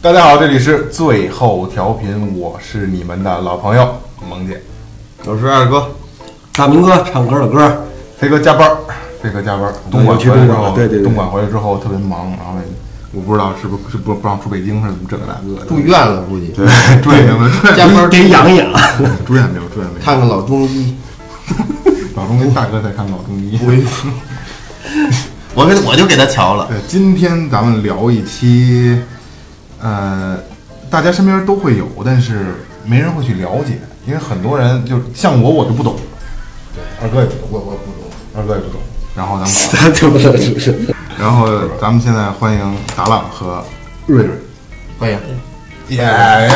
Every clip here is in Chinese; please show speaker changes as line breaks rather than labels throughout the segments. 大家好，这里是最后调频，我是你们的老朋友萌姐，
我是二哥，
大明哥唱歌的歌，
飞哥加班儿，飞哥加班儿。东莞
我去
回来之
东莞
后，
对对对
东莞回来之后特别忙，然后我不知道是不是不不让出北京是怎么这个那个的。
住院了估 计，
住院没有？住院
加班儿
得养养。
住院没有？住院没有？
看看老中 医。
老中医大哥在看老中医。
我给我就给他瞧了，
对，今天咱们聊一期，呃，大家身边都会有，但是没人会去了解，因为很多人就像我，我就不懂，二哥也不懂，我我不懂，二哥也不懂。然后咱们，
咱就不能主持。
然后咱们现在欢迎达浪和瑞瑞。
欢迎。
耶耶！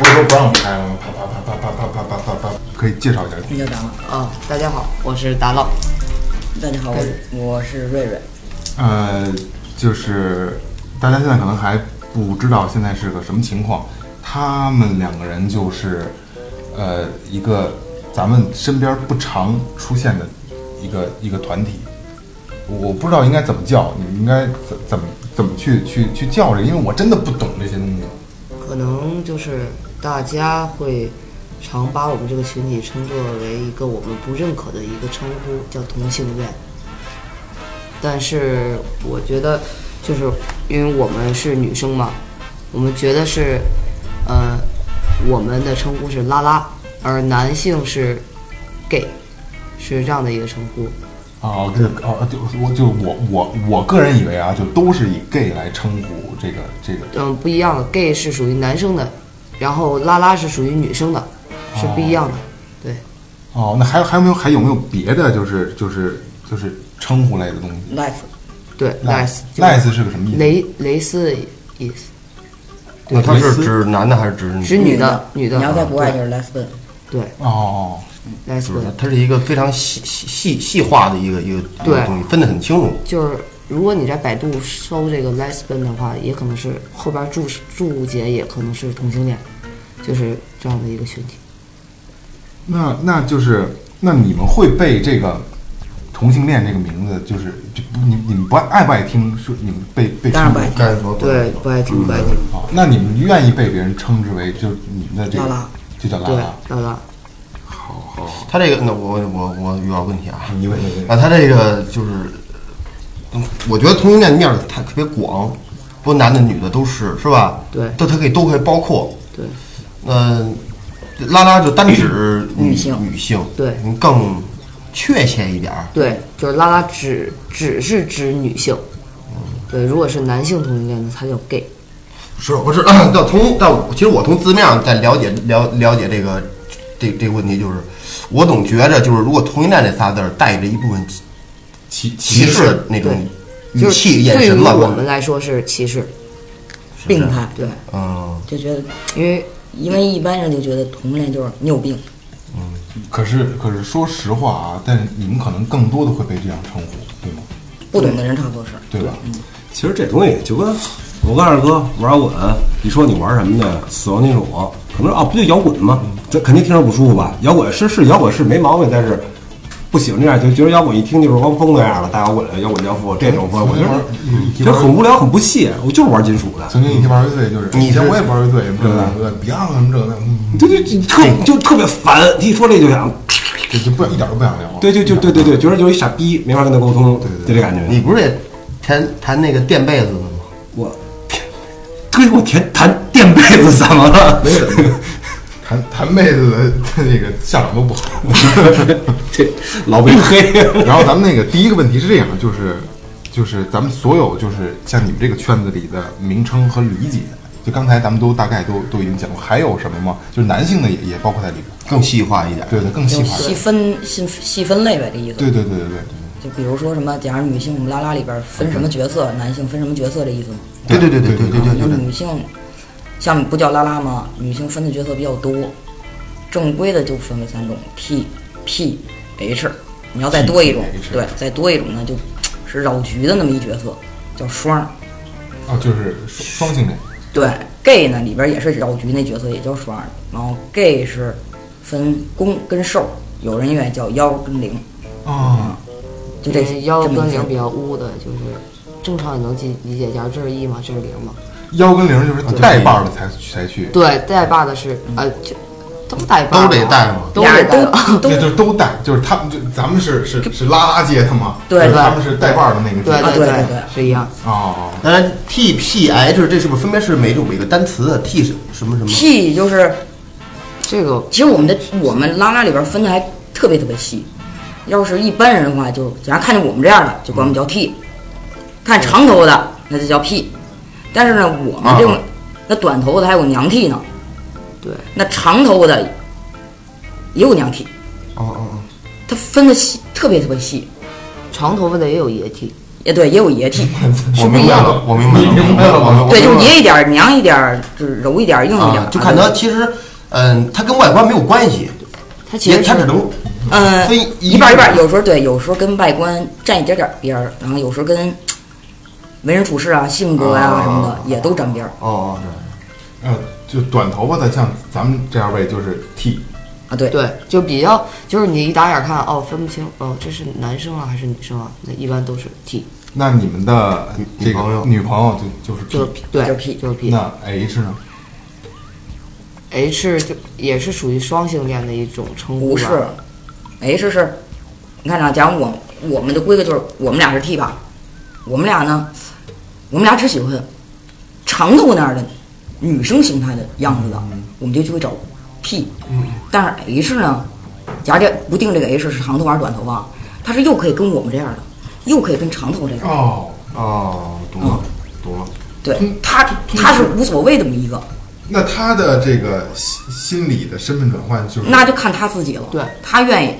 不是说不让开吗？啪啪啪啪啪啪啪啪啪啪，可以介绍一下。
那叫达浪
啊，大家好，我是达浪。
大家好，我是我是瑞瑞。
呃，就是大家现在可能还不知道现在是个什么情况，他们两个人就是呃一个咱们身边不常出现的一个一个团体，我不知道应该怎么叫，你们应该怎怎么怎么去去去叫这个，因为我真的不懂这些东西。
可能就是大家会常把我们这个群体称作为一个我们不认可的一个称呼，叫同性恋。但是我觉得，就是因为我们是女生嘛，我们觉得是，呃，我们的称呼是拉拉，而男性是 gay，是这样的一个称呼。
啊，这个啊，就我就我我我个人以为啊，就都是以 gay 来称呼这个这个
嗯，不一样的，gay 是属于男生的，然后拉拉是属于女生的，是不一样的。对，
哦，那还有还有没有还有没有别的就是就是就是称呼类的东西
Life
对，nice 就是
？nice 是个什么意思？
蕾蕾丝意思，
那他是指男的还是指女？
指女的，啊女的。
你要在国外就是 Lesbian。
对
哦，
，nice
就是它是一个非常细细细细化的一个一个一个
对
东西，分得很清楚。
就是如果你在百度搜这个 lesbian 的话，也可能是后边注注解也可能是同性恋，就是这样的一个群体。
那那就是那你们会被这个同性恋这个名字就是就不你你们不爱爱不爱听说你们被被
当然
称
不爱
呼
听
说
对，不爱听，不爱听。
哦，那你们愿意被别人称之为就是你们的这个
拉拉
就叫拉
嗯对
拉？，
拉拉，
他这个，那我我我有点问题啊。
你问你
啊，他这个就是，嗯我觉得同性恋面儿它特别广，不过男的女的都是，是吧？
对
都它可以都可以包括。
对，
呃，拉拉就单指
女性
女性，
对
你更确切一点儿。
对，就是拉拉只只是指女性。对，如果是男性同性恋的，他叫 gay。
是，不是？要从 但我其实我从字面上在了解了了解这个这这个问题，就是我总觉着就是如果同性恋这仨字儿带着一部分歧
歧
歧视的那种语
就是
气、眼
对于
神吧，
我们来说是歧视，
病态，
对，
嗯。
就觉得，因为因为一般人就觉得同性恋就是你有病，
可是可是说实话啊，但是你们可能更多的会被这样称呼，对吗？
不懂的人差不多是。
对吧？
其实这东西就跟我跟二哥玩摇滚，你说你玩什么的？死亡金属，可能说哦，不就摇滚吗？这肯定听着不舒服吧？摇滚是是摇滚是没毛病，但是不喜欢这样，就觉得摇滚一听就是汪峰那样的大摇滚，摇滚教父这种风，我觉
嗯
得觉得很无聊，很不屑。我就是玩金属的，
曾经一天玩乐队就是，
你
以前
是
我也玩乐队，什么这个那个 Beyond 什么这个那个，嗯
就就就特就特别烦。一说这就想，
就就不一点都不想聊了。
对，就就对对对，觉得就是一傻逼，没法跟他沟通，就这感觉。
你不是也弹弹那个垫被子的吗？
我 天，对我天弹垫被子怎么了？
没有，弹弹妹子的那个下场都 不好。
这 老被黑。
然后咱们那个第一个问题是这样，就是就是咱们所有就是像你们这个圈子里的名称和理解，就刚才咱们都大概都都已经讲过，还有什么吗？就是男性的也也包括在里边。
更细化一点。
对对，更细
就
化
细
点。
分细细分类呗，这意思。
对对对对对
就比如说什么，假如女性我们拉拉里边分什么角色，男性分什么角色，这意思吗？
对对对对对对对
那
对
女性像不叫拉拉吗？女性分的角色比较多，正规的就分为三种：T、P、H。你要再多一种
P，H，
对，再多一种呢，就是扰局的那么一角色，叫双儿。
哦，就是双性恋。
对，gay 呢里边也是扰局那角色也叫双儿，然后 gay 是分公跟受，有人愿意叫幺跟零，
啊，
就这些
嗯幺
这么
跟
一分
零比较污的，就是正常也能理理解，假如这是一嘛，这是零嘛，
腰跟铃就是带把儿的才才去，
对，带把的是呃，就都带把，啊
都得带吗
都
俩
得
人
带。
都都
那就是都带，就是他们就咱们是是是拉拉界的嘛，
对
就是
对
他们是带把儿的那个
对
阶
啊
段
对
对对对
是一样。
哦，
当然，T P H 这是不是分别是每种每个单词啊？T 是什么什么
T 就是，
这个
其实我们的我们拉拉里边分的还特别特别细，要是一般人的话就，假如看见我们这样的就管我们叫 T，看长头发的那就叫 P，但是呢，我们这种、
啊
那短头发的还有娘 T 呢，
对，
那长头发的也有娘 T，
哦哦哦，
它分的细特别特别细，
长头发的也有野体，
也对，也有爷 T，
我明白了，我明白了，
你明白了吗
我明白了
对，就是爷一点儿，娘一点儿，就是柔一点儿，硬一点
啊
儿，，
就看它其实，嗯，它跟外观没有关系，
它其
也
实
它只
是
能哦
呃
分
一半儿一半儿，有时候对，有时候跟外观沾一点点儿边儿，然后有时候跟为人处事啊、性格呀、
哦
什么的也都沾边儿
哦哦，
呃，就短头发的像咱们这样位就是 T，
啊。对，
对，就比较就是你一打眼看哦，分不清哦，这是男生啊还是女生啊？那一般都是 T，
那你们的
女
这
女朋
个
友
女朋友就就是
就是
P，
P，对，
就是 P
就是 P。
那 H 呢？
H 就也是属于双性恋的一种称呼
不
吧？
是，H 是，你看啊，假如我我们的规格就是我们俩是 T 吧，我们俩呢，我们俩只喜欢长头发那样的女生形态的样子的，我们就去会找 P。但是 H 呢，假如这不定这个 H 是长头发还是短头发，它是又可以跟我们这样的，又可以跟长头发这样的。
哦，
哦，懂了，懂了。
对
嗯
他
通，
他是无所谓这么一个，
那他的这个心心理的身份转换就是
那就看他自己了。
对，
他愿意，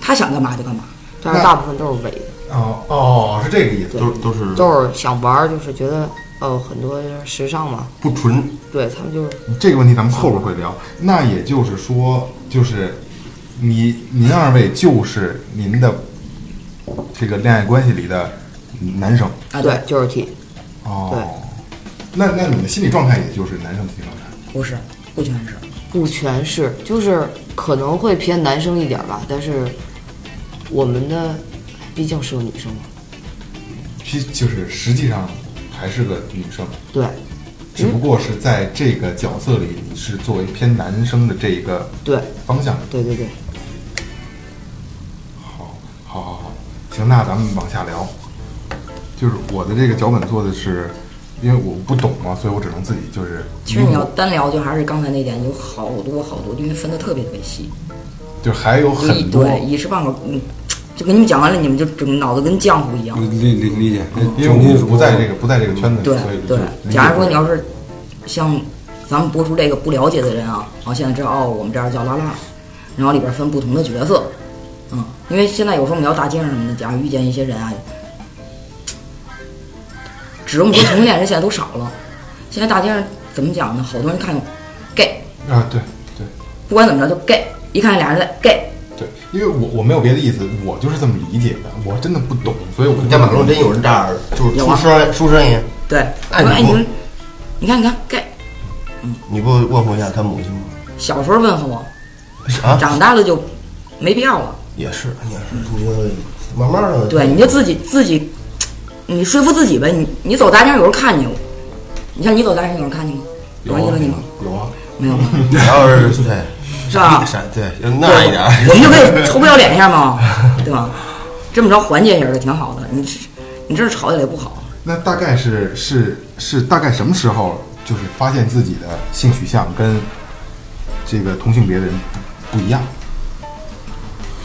他想干嘛就干嘛。
但是
那
大部分都是伪的，
哦哦是这个意思，
都都是
都是想玩儿，就是觉得哦，很多时尚嘛，
不纯，
对他们就是
这个问题咱们后边会聊。那也就是说，就是你您二位就是您的这个恋爱关系里的男生
啊，
对，就是 T，
哦。那那你的心理状态也就是男生的心理状态。
不是，不全是。
不全是，就是可能会偏男生一点吧，但是我们的毕竟是个女生嘛，
其就是实际上还是个女生，
对
只不过是在这个角色里你是作为偏男生的这一个
对
方向。
对对对，
好，好，好，好，行，那咱们往下聊。就是我的这个脚本做的是，因为我不懂嘛，所以我只能自己就是。
其实你要单聊，就还是刚才那点，有好多好多，因为分的特别特别细，
就还有
就一
很多，
对一时半会儿，嗯，就给你们讲完了，你们就整个脑子跟浆糊一样。
理理理解，
因为我们不在这个
个
不在这个圈子
对
里，所以就
对
理解，
假如
不
说你
了
要是像咱们播出这个不了解的人啊，然后现在知道哦，我们这样叫拉拉，然后里边分不同的角色，嗯，因为现在有时候我们聊大街上什么的，假如遇见一些人啊，只是我们说同性恋人现在都少了，现在大街上怎么讲呢？好多人看 gay，
啊，对对
不管怎么着就 gay，一看见俩人在 gay，
对，因为我我没有别的意思，我就是这么理解的，我真的不懂，所以我
你家马路真有人这样，就是
啊
出声出声音，
对，
那你
我说哎
不
你们，你看你看 gay，
你不问候一下他母亲吗？
小时候问候我，
啊，
长大了就没必要了。
也是也是，你就慢慢的，
对，你就自己自己，你说服自己呗。你你走大街上有人看你，你像你走大街上有人看你吗？有人议论你吗？
有啊，
没有吧，
你要是对
是吧？
闪对要那一点儿，
我们就可以臭不要脸一下嘛，对吧？这么着缓解一下就挺好的。你这你这是吵起来也不好，
那大概是是是大概什么时候，就是发现自己的性取向跟这个同性别的人不不一样？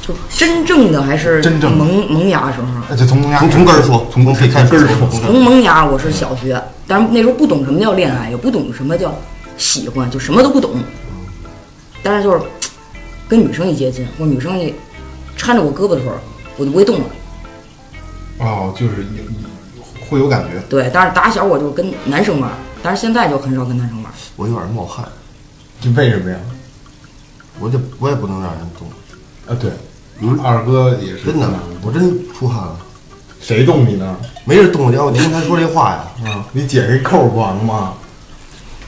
就真正的还是
真正的
萌萌芽时候啊。
呃那就从从
从从根儿说，
从
最开
根
始
儿说。
从萌芽我是小学，但是那时候不懂什么叫恋爱，也不懂什么叫喜欢，就什么都不懂。但是就是跟女生一接近，或女生一搀着我胳膊的时候，我就不会动了。
哦，就是有有会有感觉，
对，但是打小我就跟男生玩儿，但是现在就很少跟男生玩儿。
我有点冒汗，
就为什么呀？
我就我也不能让人动，
啊，对，二哥也是
嗯真的，我真出汗了，
谁动你呢？
没人动我家，我您才说这话呀，
啊，你解这扣儿不完了 吗？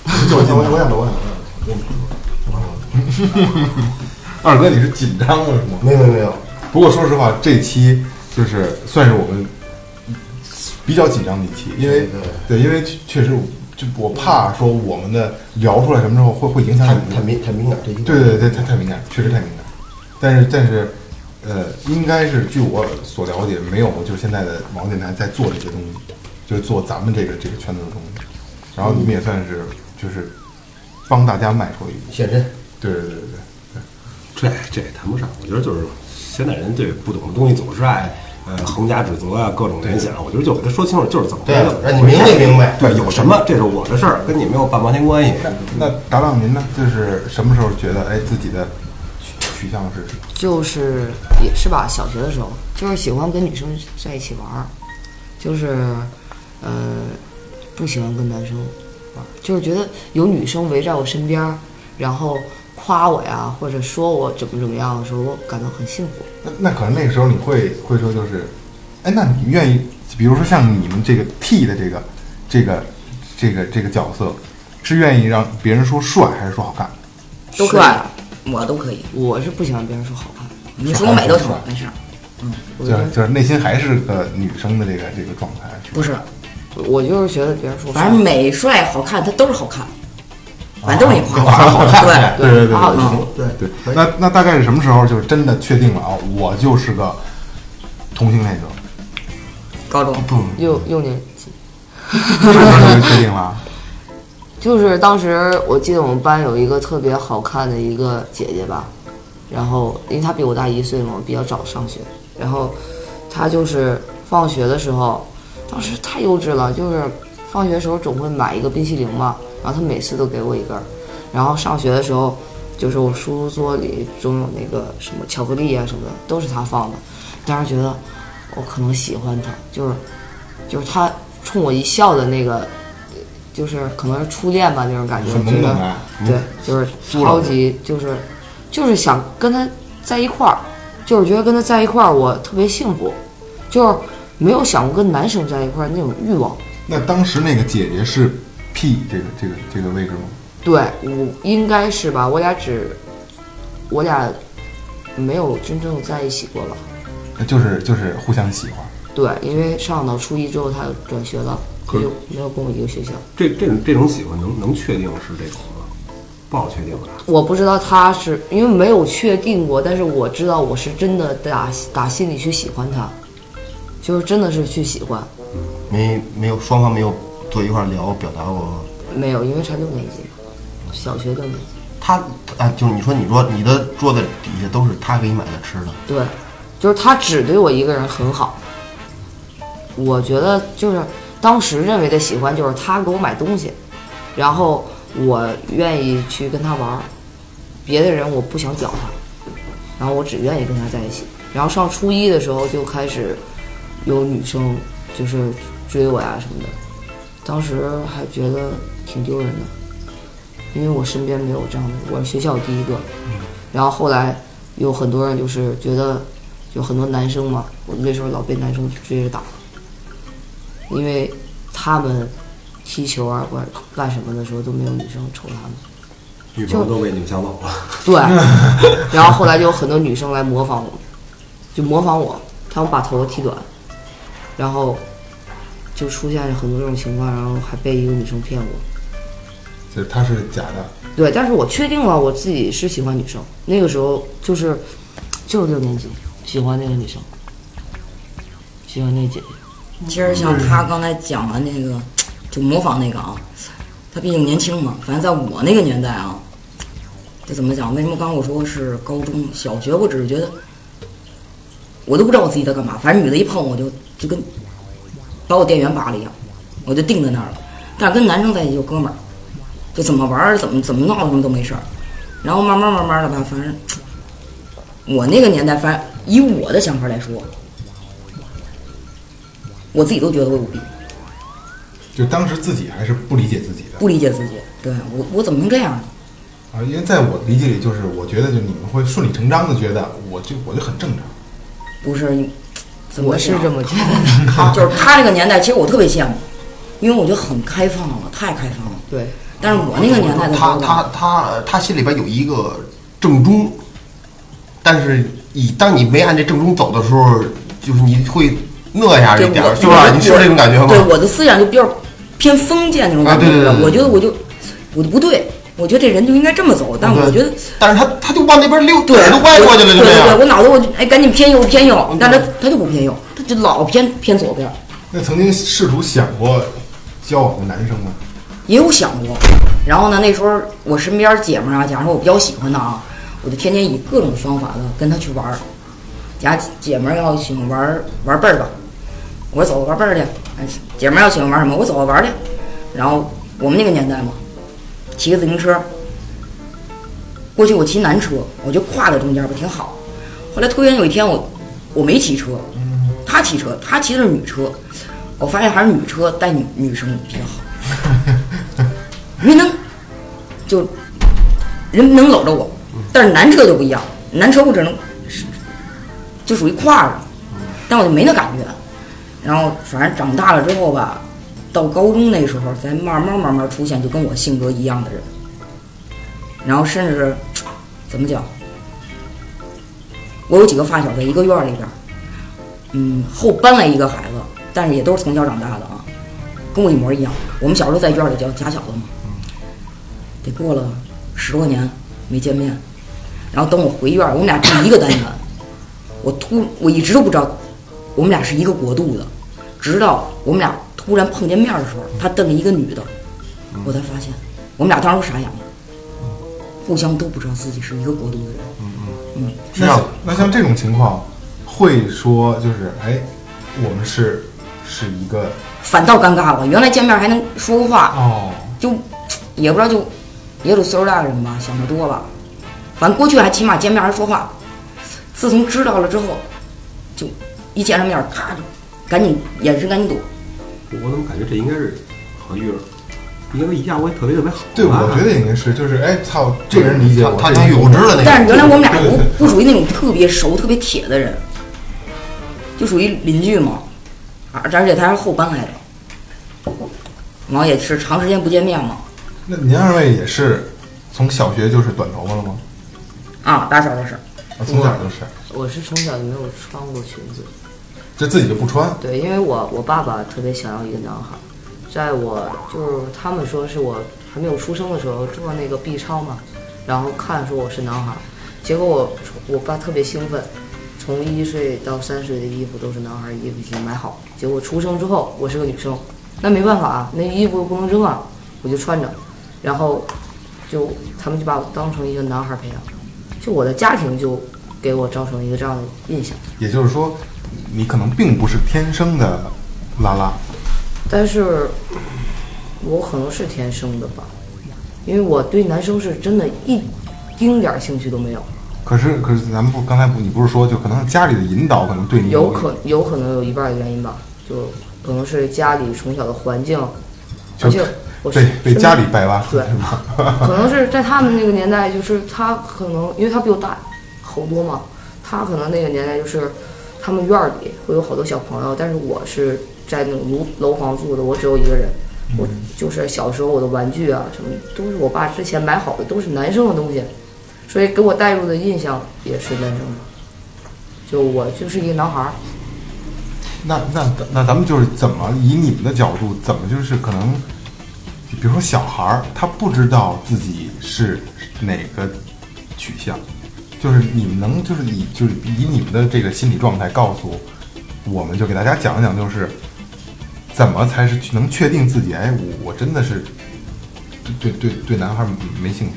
我我我想我想，
二哥，你是紧张了是吗？
没有没有没有，
不过说实话，这期就是算是我们比较紧张的一期，因为对，因为确确实就我怕说我们的聊出来什么之后会会影响
太
你们的
太敏太敏感，这一
对对对，太太敏感，确实太敏感。但是但是，呃，应该是据我所了解，没有就是现在的网络电台在做这些东西，就是做咱们这个这个圈子的东西。然后你们也算是就是帮大家迈出一步。
现身。
对对对对对。
这这也谈不上，我觉得就是现在人对不懂的东西总是爱呃横加指责啊，各种联想。我觉得就给他说清楚，就是怎么回
对
事，
让你明白明白
对，有什么这是我的事儿，跟你没有半毛钱关系。
那达浪您呢？就是什么时候觉得哎自己的取取向是什么？
就是也是吧，小学的时候就是喜欢跟女生在一起玩儿，就是呃不喜欢跟男生玩儿，就是觉得有女生围在我身边儿，然后夸我呀，或者说我怎么怎么样的时候，我感到很幸福。
那那可能那个时候你会会说就是，哎，那你愿意，比如说像你们这个 T 的这个这个这个这个角色，是愿意让别人说帅还是说好看？
都可以，我都可以。
我是不喜欢别人说好看，
你说我美都成，没事儿。
我
就
觉得
是就是内心还是个女生的这个这个状态，是吧
不是，
我就是觉得别人说
反正美帅好看，它都是好看，反正都是哦 你夸
啊
的。
好看
对，
对对对
夸好就
对
行。
对
对对。那那大概是什么时候就是真的确定了啊？我就是个同性恋者，
高中
幼幼年级。
什么时候就确定了啊？
就是当时我记得我们班有一个特别好看的一个姐姐吧，然后因为她比我大一岁嘛，我比较早上学，然后她就是放学的时候，当时太幼稚了，就是放学的时候总会买一个冰淇淋嘛，然后她每次都给我一根儿，然后上学的时候，就是我书桌里总有那个什么巧克力啊什么的，都是她放的，当时觉得我可能喜欢她，就是就是她冲我一笑的那个。就是可能是初恋吧那种感觉，
很
觉
懵
得
懂啊，
对，就是超级就是就是想跟他在一块儿，就是觉得跟他在一块儿我特别幸福，就是没有想过跟男生在一块儿那种欲望。
那当时那个姐姐是 P 这个这个这个位置吗？
对我应该是吧，我俩只我俩没有真正在一起过吧。
呃就是就是互相喜欢。
对，因为上到初一之后，他转学了，他就没有跟我一个学校。
这这种这种喜欢能能确定是这种吗？不好确定啊吧？
我不知道他是因为没有确定过，但是我知道我是真的打打心里去喜欢他，就是真的是去喜欢。
没没有双方没有坐一块儿聊表达过。
没有，因为才六年级，小学六年级。
他啊，就是你说你说你的桌子底下都是他给你买的吃的，
对，就是他只对我一个人很好。我觉得就是当时认为的喜欢，就是他给我买东西，然后我愿意去跟他玩儿，别的人我不想屌他，然后我只愿意跟他在一起。然后上初一的时候就开始有女生就是追我呀什么的，当时还觉得挺丢人的，因为我身边没有这样的，我是学校第一个。然后后来有很多人就是觉得，有很多男生嘛，我那时候老被男生追着打，因为他们踢球啊或者干什么的时候都没有女生瞅他们。
女朋友都被你们抢走了，
对，然后后来就有很多女生来模仿我，就模仿我，他们把头发剃短，然后就出现很多这种情况，然后还被一个女生骗过。
就是他是假的，
对，但是我确定了我自己是喜欢女生。那个时候就是，就是六年级喜欢那个女生，喜欢那姐姐。
其实像他刚才讲的那个，就模仿那个啊，他毕竟年轻嘛，反正在我那个年代啊，这怎么讲？为什么刚刚我说是高中、小学？我只是觉得，我都不知道我自己在干嘛，反正女的一碰我就就跟把我电源拔了一样，我就定在那儿了。但是跟男生在一起就哥们儿，就怎么玩儿、怎么怎么闹、什么都没事儿。然后慢慢慢慢的吧，反正我那个年代，反正以我的想法来说，我自己都觉得我有病。
就当时自己还是不理解自己的。
不理解自己，对我我怎么能这样呢？
啊，因为在我理解里，就是我觉得就你们会顺理成章的觉得我就我就很正常，
不是，你怎么
我是这
么
么觉 得的。
好？就是他这个年代，其实我特别羡慕，因为我觉得很开放了，太开放了。
对，
但是我那个年代的时
他
候
他
吧，
他他心里边有一个正宗，但是以当你没按这正宗走的时候，就是你会那样
对
一点儿，
我
是吧？
我
你是不是这种感觉吗？
对，我的思想就比较偏封建那种感觉
啊对对对
了
对对
我觉得我就我就不对，我觉得这人就应该这么走，但我觉得。
但是他他就往那边溜，腿
对，
嗯都歪过去了，就
对
这
对对，
样。嗯
我脑子我就哎，赶紧偏右偏右，但他他就不偏右，他就老偏偏左边。
那曾经试图想过交往的男生吗？
也有想过。然后呢，那时候我身边姐们儿啊，假如说我比较喜欢的啊，我就天天以各种方法的跟她去玩儿。假如姐们儿要喜欢玩儿玩倍儿吧，我说走玩倍儿去。哎姐们儿要喜欢玩什么，我走玩儿去。然后我们那个年代嘛，骑个自行车。过去我骑南车，我就跨在中间吧，挺好。后来突然有一天我我没骑车，他骑车，他骑的是女车。我发现还是女车带女女生比较好。没能，就人能搂着我，但是男车就不一样，男车我只能就属于挎着，但我就没那感觉。然后反正长大了之后吧，到高中那时候才慢慢慢慢出现就跟我性格一样的人，然后甚至怎么讲，我有几个发小在一个院儿里边儿，嗯，后搬来一个孩子，但是也都是从小长大的啊，跟我一模一样。我们小时候在院儿里叫假小子嘛，得过了十多年没见面，然后等我回院儿，我们俩住一个单元，我突我一直都不知道我们俩是一个国度的，直到我们俩突然碰见面儿的时候，他瞪着一个女的，我才发现我们俩当时都傻眼了，互相都不知道自己是一个国度的人。
是啊
那像这种情况，会说就是哎，我们是是一个
反倒尴尬了。原来见面还能说个话，
哦，
就也不知道就也有岁数大的人吧，想得多吧。反正过去还起码见面还说话，自从知道了之后，就一见上面咔就赶紧眼神赶紧躲。
我怎么感觉这应该是好像遇着，因为一下我也特别特别好啊。
对，我觉得也应该是，就是哎操，这个人理解我，
他
这
他
人
有知了那
但是
个，
原来我们俩
哎对对
不
对
不属于那种特别熟、特别铁的人，就属于邻居嘛，而而且他还是后搬来的，然后也是长时间不见面嘛，
那您二位也是从小学就是短头发了吗？
啊，打小就是。
啊，从小就是，
我是从小就没有穿过裙子，
就自己就不穿。
对，因为我我爸爸特别想要一个男孩儿，在我就是他们说是我还没有出生的时候做那个 B 超嘛，然后看说我是男孩儿，结果我我爸特别兴奋，从一岁到三岁的衣服都是男孩儿衣服已经买好，结果出生之后我是个女生，那没办法啊，那衣服又不能扔啊，我就穿着，然后就他们就把我当成一个男孩儿培养，就我的家庭就给我造成一个这样的印象。
也就是说，你可能并不是天生的拉拉，
但是我可能是天生的吧，因为我对男生是真的一丁点儿兴趣都没有，
可是可是咱们不刚才不你不是说就可能家里的引导可能对你
有可有可能有一半儿的原因吧，就可能是家里从小的环境，
就
而且我是
被被
身
家里
边
掰弯，
对
是吧？
可能是在他们那个年代，就是他可能因为他比我大好多嘛，他可能那个年代就是他们院儿里会有好多小朋友，但是我是在那种楼楼房住的，我只有一个人。
嗯
我就是小时候我的玩具啊什么都是我爸之前买好的，都是男生的东西，所以给我带入的印象也是男生的。就我就是一个男孩儿，
那那那咱们就是怎么以你们的角度，怎么就是可能，比如说小孩儿他不知道自己是哪个取向，就是你们能就是以就是以你们的这个心理状态告诉我们，就给大家讲一讲，就是怎么才是能确定自己，哎，我我真的是对对对对男孩儿没兴趣，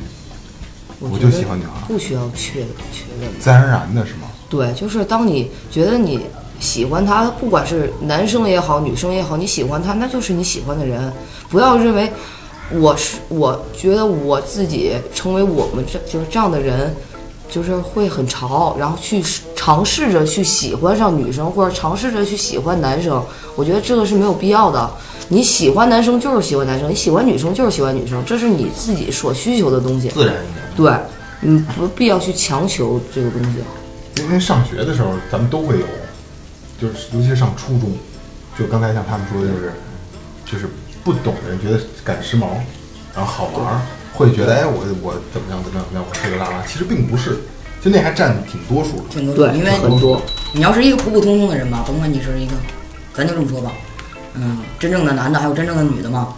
我
觉
就
得
喜欢女孩儿
不需要确确认。
自然而然的是吗？
对，就是当你觉得你喜欢他，不管是男生也好，女生也好，你喜欢他，那就是你喜欢的人。不要认为我是，我觉得我自己成为我们这就是这样的人，就是会很潮，然后去尝试着去喜欢上女生，或者尝试着去喜欢男生。我觉得这个是没有必要的。你喜欢男生就是喜欢男生，你喜欢女生就是喜欢女生，这是你自己所需求的东西。
自然一点。
对，嗯，不必要去强求这个东西。
因为上学的时候，咱们都会有，就是尤其是上初中，就刚才像他们说的，
嗯
就是就是不懂的人觉得赶时髦，然后好玩
嗯
儿，会觉得哎我我怎么样怎么样怎么样，我是个拉拉，其实并不是，就那还占挺多数的。
挺多
对
因为
很多
你要是一个普普通通的人吧，甭管你是一个，咱就这么说吧，嗯、嗯，真正的男的还有真正的女的吗？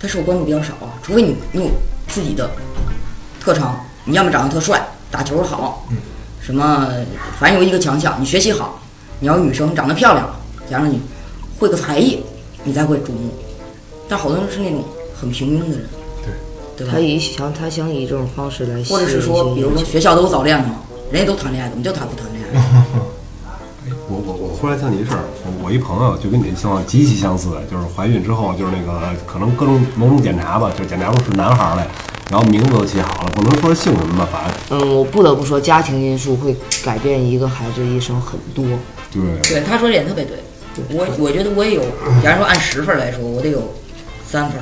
他受关注比较少啊，除非你你有自己的特长，你要么长得特帅，打球好，
嗯
什么反正有一个强项，你学习好，你要是女生长得漂亮，加上你会个才艺，你才会瞩目。但好多人是那种很平庸的人，对对吧
他？以想他想以这种方式来吸
或
引一些
者是
眼球，
说，比如说学校都早恋了，人家都谈恋爱，怎么就他不谈恋爱？
我我我忽然想起一事儿，我一朋友就跟你的情况极其相似，就是怀孕之后就是那个可能各种某种检查吧，就检查出是男孩儿来，然后名字都起好了，不能说是姓什么吧，反正
嗯，我不得不说，家庭因素会改变一个孩子一生很多。
对
对，他说这点特别对。嗯我我觉得我也有，假如说按十分来说，我得有三分，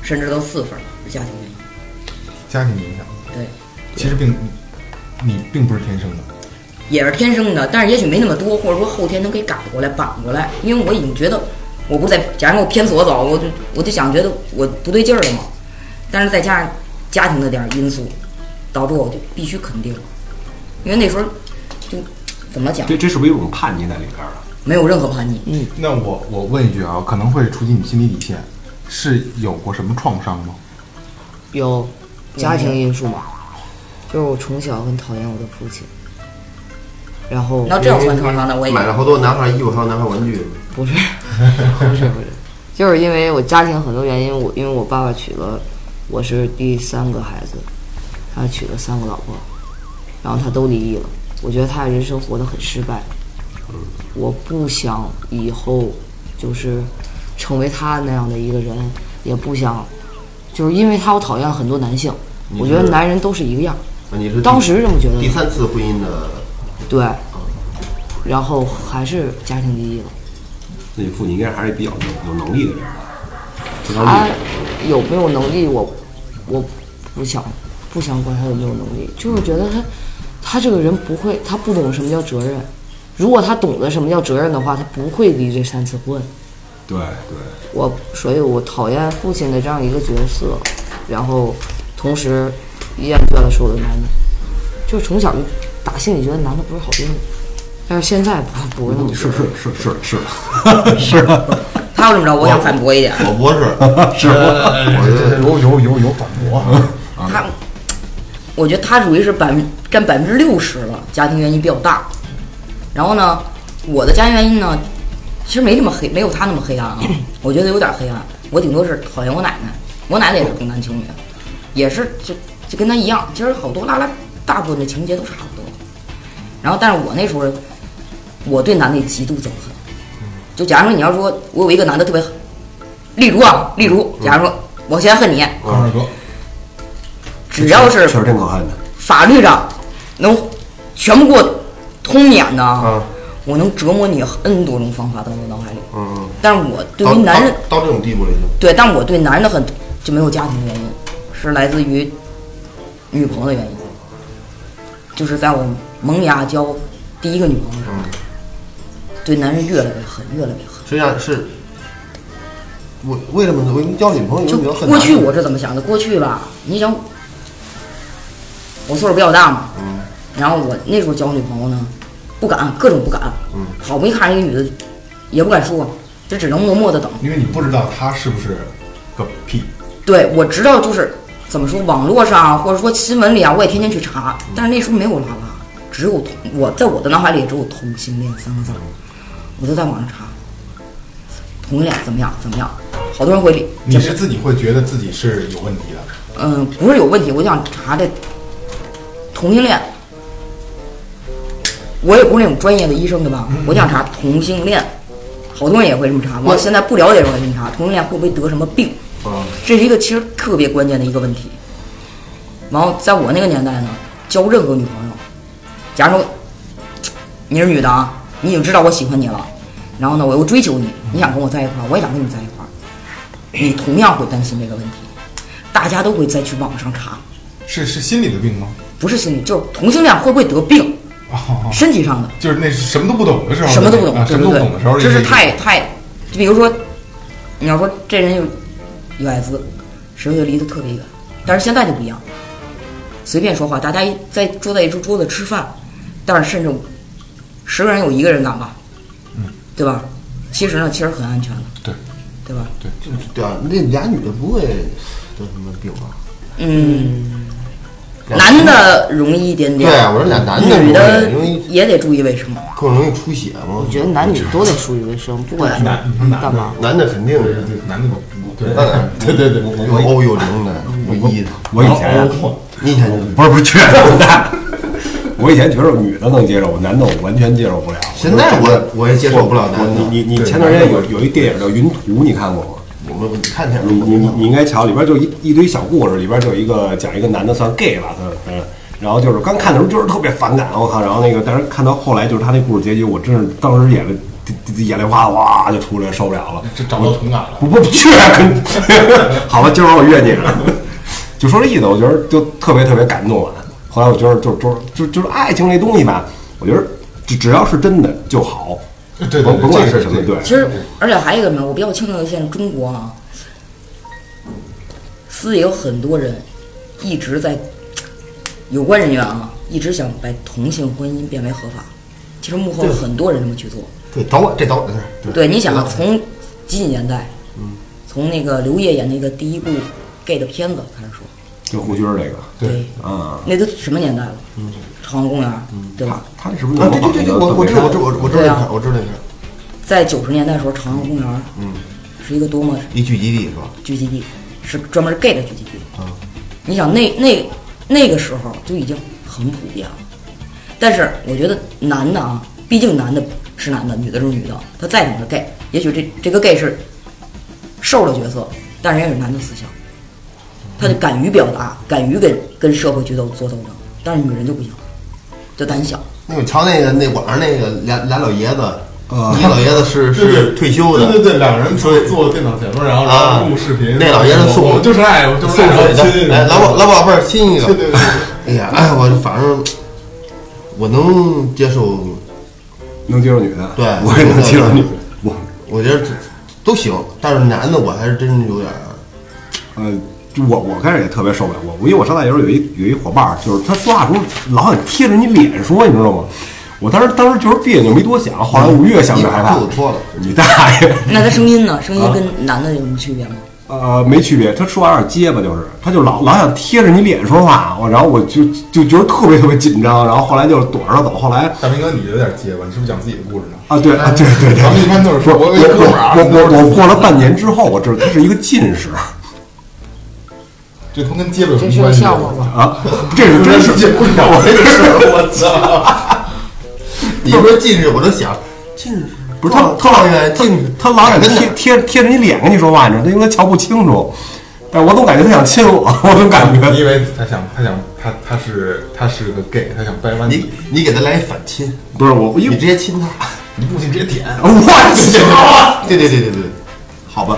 甚至到四分是家庭原因。
家庭影响，
对，
其实并你并不是天生的，
也是天生的，但是也许没那么多，或者说后天能给改过来、扳过来。因为我已经觉得，我不是在，假如我偏左走，我就我就想觉得我不对劲儿了嘛。但是再加上家庭的点儿因素，导致我就必须肯定，因为那时候就怎么讲，
这这是不是一种叛逆在里边儿啊？
没有任何叛逆。
嗯
那我我问一句啊，可能会触及你心理底线，是有过什么创伤吗？
有家庭因素嘛，就是我从小很讨厌我的父亲，然后
那这样算创伤的，我也
买了好多男孩衣服，还有男孩玩具。
不是， 不是，不是，就是因为我家庭很多原因，我因为我爸爸娶了，我是第三个孩子，他娶了三个老婆，然后他都离异了。我觉得他的人生活得很失败，我不想以后就是成为他那样的一个人，也不想，就是因为他我讨厌很多男性，我觉得
是
男人都是一个样儿，
啊你是第
当时是这么觉得
第
的。
三次婚姻的，
对，然后还是家庭第一了。
那你父亲应该还是比较有有能力的人吧？至少
他
你
有没有能力，我我不想不想管他有没有能力，就是觉得他他这个人不会，他不懂什么叫责任。如果他懂得什么叫责任的话，他不会离这三次婚。
对对，
我所以，我讨厌父亲的这样一个角色，然后同时厌倦了所有的男的，就是从小就打心里觉得男的不是好东西，但是现在不不是那么觉
是
得
是是 是是是
他要这么着，我想反驳一点。
我不是，
是，有有有有反驳啊，
他，我觉得他属于是百分占百分之六十了，家庭原因比较大。然后呢，我的家庭原因呢，其实没这么黑，没有他那么黑暗啊，我觉得有点黑暗。我顶多是讨厌我奶奶，我奶奶也是重男轻女，也是就就跟他一样。其实好多拉拉大部分的情节都差不多。然后，但是我那时候，我对男的极度憎恨。就假如说你要说我有一个男的特别，例如啊，例如，假如说我现在恨你，
康二哥，
只要是
确实挺可恨的。
法律上能全部给我通免的，啊
嗯
我能折磨你 N 多种方法到我脑海里。
嗯，哦
但是我 对
到
于男人，
到到这种地步了已经。
对，但我对男人的很就没有家庭原因，是来自于女朋友的原因，就是在我萌芽交第一个女朋友的时候，
嗯
对男人越来越狠，越来越狠。
实际上是，我为什么我交女朋友
就
你要很
过去我是怎么想的？过去吧，你想，我岁数比较大嘛，然后我那时候交女朋友呢，不敢，各种不敢，好不容易看上一个女的，也不敢说，就只能默默的等。
因为你不知道他是不是个屁，
对我知道就是怎么说，网络上啊或者说新闻里啊，我也天天去查，但是那时候没有拉拉，只有同我在我的脑海里只有同性恋三个字儿，我就在网上查，同性恋怎么样怎么样，好多人回礼，
你是自己会觉得自己是有问题的。
嗯，不是有问题，我想查这同性恋。我也不是那种专业的医生，对吧？我想查同性恋，好多人也会这么查。我
我
现在不了解，我也这么查，同性恋会不会得什么病？
啊，
这是一个其实特别关键的一个问题。然后在我那个年代呢，交任何女朋友，假如说你是女的啊，你已经知道我喜欢你了，然后呢，我又追求你，你想跟我在一块儿，我也想跟你在一块儿，你同样会担心这个问题，大家都会再去网上查，
是是心理的病吗？
不是心理，就是同性恋会不会得病，
哦，
身体上的。
就是那是什么都不懂的时候，
什么都不懂，
啊
对
什么都
对
不
对，
懂的时候，
这是太太，就比如说，你要说这人有有艾滋，十岁离得特别远，但是现在就不一样，随便说话，大家一在坐在一桌子
嗯
吃饭，但是甚至十个人有一个人敢吧，对吧？其实呢，其实很安全的，
对，
对吧？
就是对啊，那俩女的不会得什么病啊？
嗯，
俩
男的容易一点点，
对啊我说俩男的
女的
容易
也得注意卫生。
更容易出血嘛
我。觉得男女都得注意卫生，不管是干嘛。
男的肯定 是，
男的对
嗯，
对对对，
有欧有零的，有一的。
我以前啊
你以前就是
不是不是，去的，我以前觉得女的能接受，男的我完全接受不了。
现在我我也接受不了男
我
的。
你你你
对
前段时间有有一电影叫《云图》，你看过吗？
我们看见了，
你你你应该瞧，里边就一一堆小故事，里边就有一个讲一个男的算 gay 吧，算是嗯，然后就是刚看的时候就是特别反感，我靠，然后那个但是看到后来就是他那故事结局，我真是当时眼泪滴滴滴眼泪哗哗就出来，受不了了。
这找到同感了。
不不不去，啊 好吧，今儿晚上我约你了。 就说这意思，我觉得就特别特别感动啊。后来我觉得就是就是就就是爱情这东西吧，我觉得只只要是真的就好，
对对
甭
对
甭管
这
是
个
什么，
这
对
个，
其实，而且还有一个什么，我比较庆幸的现在中国啊，私也有很多人一直在有关人员啊，一直想把同性婚姻变为合法。其实幕后有很多人这么去做。
对早晚这早晚的事儿。
对，嗯你想啊，从几几年代，从那个刘烨演那个第一部 gay 的片子开始说，
就胡军儿这个，
对
啊，
那都什么年代了？朝阳公园，对
他
吧？
他是不是
啊，对对对对，我我知道我知道我知道我知道
对
那
啊
片儿，我知道那片儿，
在九十年代的时候，朝阳公园，嗯，是一个多么
一聚集地是吧？
聚集地，是专门 gay 的聚集地。你想那那那个时候就已经很普遍了，但是我觉得男的啊，毕竟男的是男的，女的是女的，他再怎么是 gay，也许这这个 gay 是受的角色，但是人家有男的思想，他就敢于表达，敢于跟跟社会去斗做斗争，但是女人就不行，就胆小。
那我瞧那个那网上那个俩俩老爷子，
啊
一老爷子是是退休的，
对对对，两个人坐
对
坐电脑前面，然后
啊
然后录视频。
那老爷子送
我我就是爱，我就是
送
爱，然后
水
亲
的，来老宝老宝贝儿亲一个
对对对。
哎呀，哎，我反正我能接受，
能接受女的，
对
我也能接受女的，我
我觉得都行，但是男的我还是真是有点儿，
呃，就我我开始也特别受不了，我我因为我上大学时候有一有一伙伴儿，就是他说话时候老想贴着你脸说，你知道吗？我当时当时就是别扭，没多想，后来我越想越害怕
你把裤子脱了。
你大爷！
那他声音呢？声音跟男的有什么区别吗？
呃，没区别，他说话有点结巴，就是，他就老老想贴着你脸说话，我然后我就就觉得特别特别紧张，然后后来就躲着他走，后来
大明哥，你有点结巴，你是不是讲自己的故事呢？
啊，对啊，对对对，
咱们一般都是说我
我
有一哥们儿啊，
我
都
我
是
我过了半年之后，我知道他是一个近视
这他妈跟结巴有什么
这是个
关系？
笑话吗？
啊， 这是真
真
是
是接不了这个事儿，我操！
你说近视，我都想近视
不是他
状
他老
状元近视，
他老想
真
贴
的
贴贴着你脸跟你说话，你知道，因为他瞧不清楚，但我总感觉他想亲我， 我总感
你以
觉
为他想他想他他是他是个 gay，他想掰弯
你
你，
你给他来一反亲，
不是我，因
你
为
直接亲他。
你不信直接点。
我操，
对对对对对，
好吧，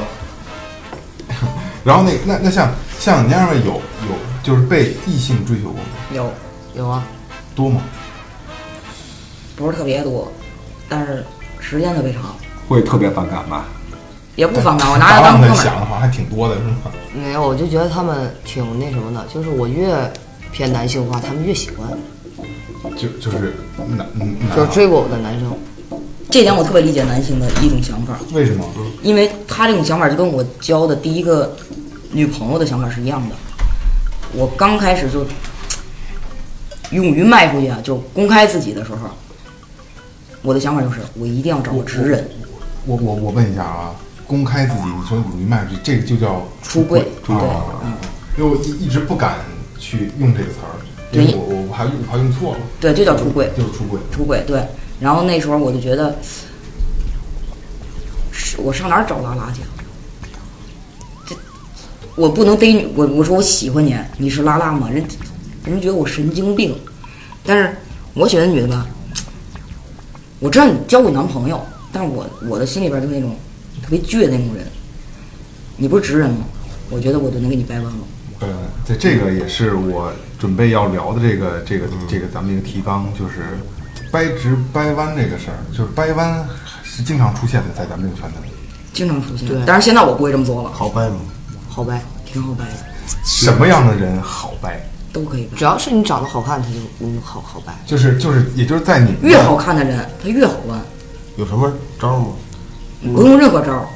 然后那那那像像你那样的有有就是被异性追求过吗？
有，
有啊，
多吗？
不是特别多，但是时间特别长，
会特别反感吧？
也不反感，我拿
答
它当
案
哥
在
们
想
儿。
的话还挺多的是吗？
没有，我就觉得他们挺那什么的，就是我越偏男性化，他们越喜欢。
就就是男嗯男
就是追过我的男生，
这点我特别理解男性的一种想法，
为什么？
因为他这种想法就跟我交的第一个女朋友的想法是一样的。我刚开始就勇于迈出去啊，就公开自己的时候，我的想法就是我一定要找个直人，
我我我问一下啊，公开自己，你说勇于迈出去，这个就叫
出柜，对，
啊
嗯，
因为我一一直不敢去用这个词儿，因
对
为我我怕用我怕用错了，
对，这叫出柜。
就是出轨。
出轨，对。然后那时候我就觉得，是我上哪儿找拉拉去啊？这我不能逮你，我我说我喜欢你，你是拉拉吗？人人觉得我神经病，但是我喜欢女的吧，我知道你交过男朋友，但是我我的心里边就是那种特别倔的那种人。你不是直人吗？我觉得我就能给你掰弯了。
呃，对，这个也是我准备要聊的这个这个这个咱们这个提纲，就是掰直掰弯这个事儿，就是掰弯是经常出现的，在咱们这个圈子里。
经常出现
对，
但是现在我不会这么做了，
好掰吗？
好掰，
挺好掰的，
什么样的人好掰？
都可以掰。
只要是你长得好看，他就嗯好好掰。
就是就是，也就是在你
越好看的人，他越好弯。
有什么招儿吗？
不用任何招儿，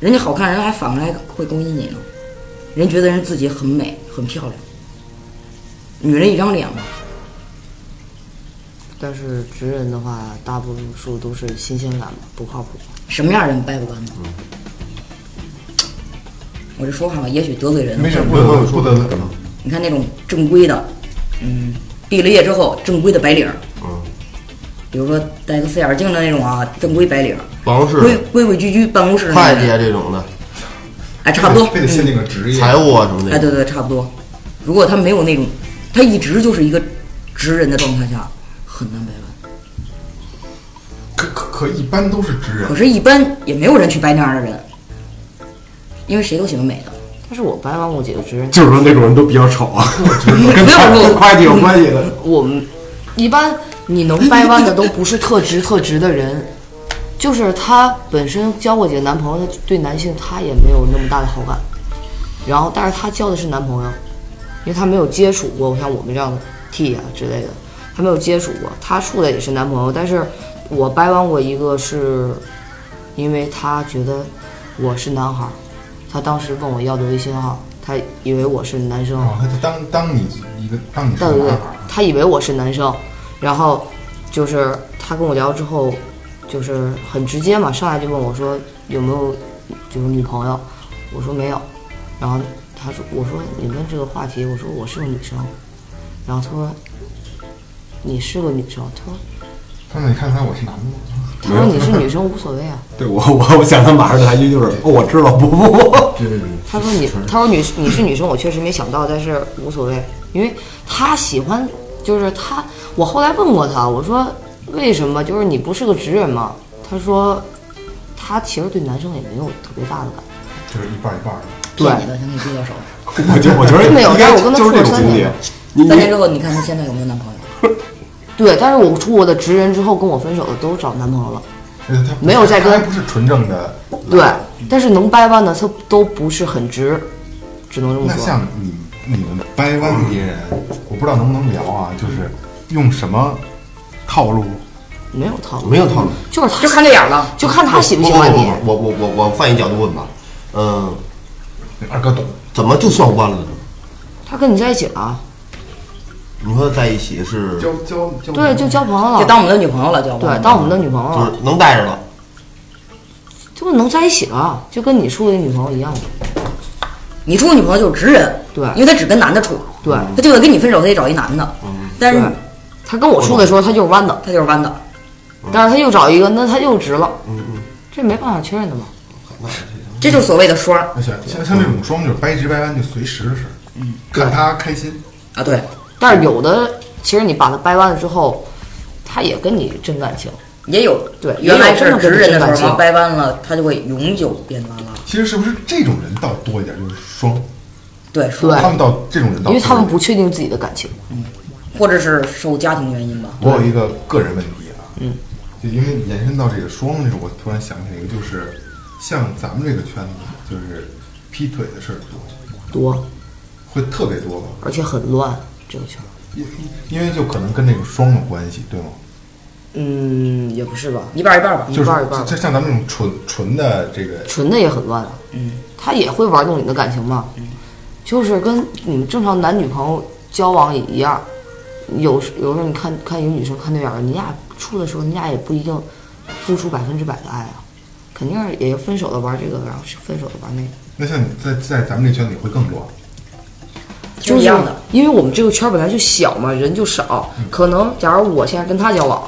人家好看，人还反过来会勾引你呢。人觉得人自己很美很漂亮，女人一张脸嘛，
但是直人的话，大多数都是新鲜感吧，不靠谱。
什么样的人掰不弯呢？我这说话吧，也许得罪人。啊
没事，不
不
得
能
不
说
得罪。
你看那种正规的，嗯，毕了业之后正规的白领儿，
嗯，
比如说戴个四眼镜的那种啊，正规白领儿，
办公室
规规规矩矩办公室的那
会
种
计啊
人，
这种的，
哎，差不多，
非得限定个职业。
财务啊什么的，
哎，对对，差不多。如果他没有那种，他一直就是一个直人的状态下，很难掰弯。
可可可一般都是职人
可，是，一般也没有人去掰那样的人，因为谁都喜欢美的。
但是我白完我姐的直人，
就是说那种人都比较丑 啊，
不要说
跟会计有关系的。
嗯
我们一般你能掰弯的都不是特直特直的人， 就是她本身交过几个男朋友，她对男性她也没有那么大的好感，然后但是她交的是男朋友，因为她没有接触过像我们这样的 T 啊之类的，她没有接触过，她处的也是男朋友，但是我掰弯过一个是，因为她觉得我是男孩儿，她当时问我要的微信号，她以为我是男生。
哦，他就当当你一个当你是
对
个
对对
男孩儿，
他以为我是男生，然后就是他跟我聊之后，就是很直接嘛，上来就问我说有没有就是女朋友，我说没有，然后他说我说你问这个话题，我说我是个女生，然后他说你是个女生，他说
他说你看出来我是男的吗？
他说你是女生无所谓啊，
对我我我想他马上来一句就是哦，我知道不不不，
对对对，
他说你，他说女你是女生，我确实没想到，但是无所谓，因为他喜欢，就是他。我后来问过他，我说为什么？就是你不是个直人吗？他说他其实对男生也没有特别大的感觉。
就是一半儿一半儿的。
骗你的，想给你逼到手。
我就我觉得
真的有
应该
但是我跟他
就是这
处了
种
三
经历
年了。
你
三
你
年之后，你看她现在有没有男朋友？
对，但是我出国的直人之后，跟我分手的都找男朋友了。
呃他不
没有在跟
他还不是纯正的。
对，但是能掰弯的他都不是很直，只能这么
那
说。
像你你们掰弯别人，我不知道能不能聊啊，就是用什么套路？
没有套路，
没有套路。
就是他
就看对眼儿了。哦
就看他喜不喜欢你。
我我我我换一角度问吧，嗯，
二哥懂，
怎么就算弯了呢？
他跟你在一起了，
你说在一起是就
交交交
对，就交朋友了，
就当我们的女朋友了，就
啊对当我们的女朋友了
是。能带着了，
就是能在一起了，就跟你处的女朋友一样的。
你处女朋友就是直人，
对
因为她只跟男的处，
对嗯
她就得跟你分手，她得找一男的，但是
对，他跟我处的时候他就是弯的，
她就是弯的，
但是他又找一个，那他又直了。这没办法确认的嘛。
这就是所谓的双儿
那像像像这种双就是掰直掰弯就随时的事，嗯，看他开心。
啊，对，
但是有的，其实你把他掰弯了之后，他也跟你真感情。
也有
对
原来是直人
也有真的
的
感
时候
情
掰弯了，她就会永久变弯了，
其实是不是这种人倒多一点，就是双，
对，
对
他们到这种人倒多一点，
因为他们不确定自己的感情。
或者是受家庭原因吧，
我有一个个人问题啊，嗯，就因为延伸到这个双的时候，我突然想起来一个，就是像咱们这个圈子，就是劈腿的事儿多，
多，
会特别多吧？
而且很乱这个圈儿。
因因为就可能跟这个双有关系，对吗？
嗯，也不是吧，
一半儿一半儿吧，
就是
一半儿一半儿
就像咱们这种纯纯的这个，
纯的也很乱啊。
嗯，
他也会玩弄你的感情嘛，就是跟你们正常男女朋友交往也一样，有时有时候你看看一个女生看对眼儿，你俩处的时候，你俩也不一定付出百分之百的爱啊，肯定是也分手的玩这个，然后是分手的玩那个，
那像你在在咱们这圈子里会更乱，
就是一样的，
因为我们这个圈儿本来就小嘛，人就少，可能假如我现在跟他交往，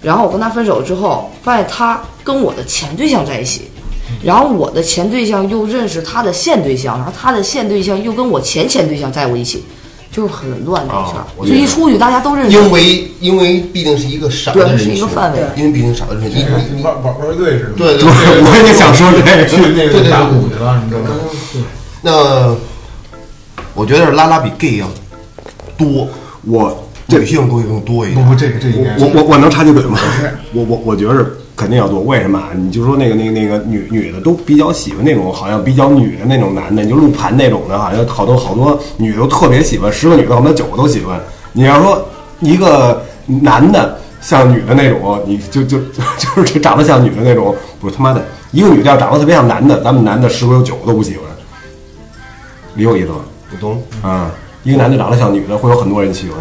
然后我跟他分手之后，发现他跟我的前对象在一起，然后我的前对象又认识他的现对象，然后他的现对象又跟我前前对象在我一起，就是很乱这个圈儿
啊，我
就一
明白
出去大家都认识，
因为因为毕竟是一个少的
对
人
是
群，
一个范围，
因为毕竟少的人群，你你
玩玩玩乐似的，
对对
对，我也想说这
去
个。
那
对对
个
对
打鼓去了什么的，
那我觉得拉拉比 gay 要多，
我
女性会更多一
不
点。
不，这个这应该
我我我能插句嘴吗？ 我我我觉得肯定要多，为什么啊？你就说那个那个那个女女的都比较喜欢那种好像比较女的那种男的，你就鹿晗那种的，好像好多好多女的都特别喜欢，十个女的可能九个都喜欢。你要说一个男的像女的那种，你就 就就是这长得像女的那种，不是他妈的，一个女的要长得特别像男的，咱们男的十个有九个都不喜欢，你有意思吗？
我懂。
啊，一个男的长得像女的，会有很多人喜欢；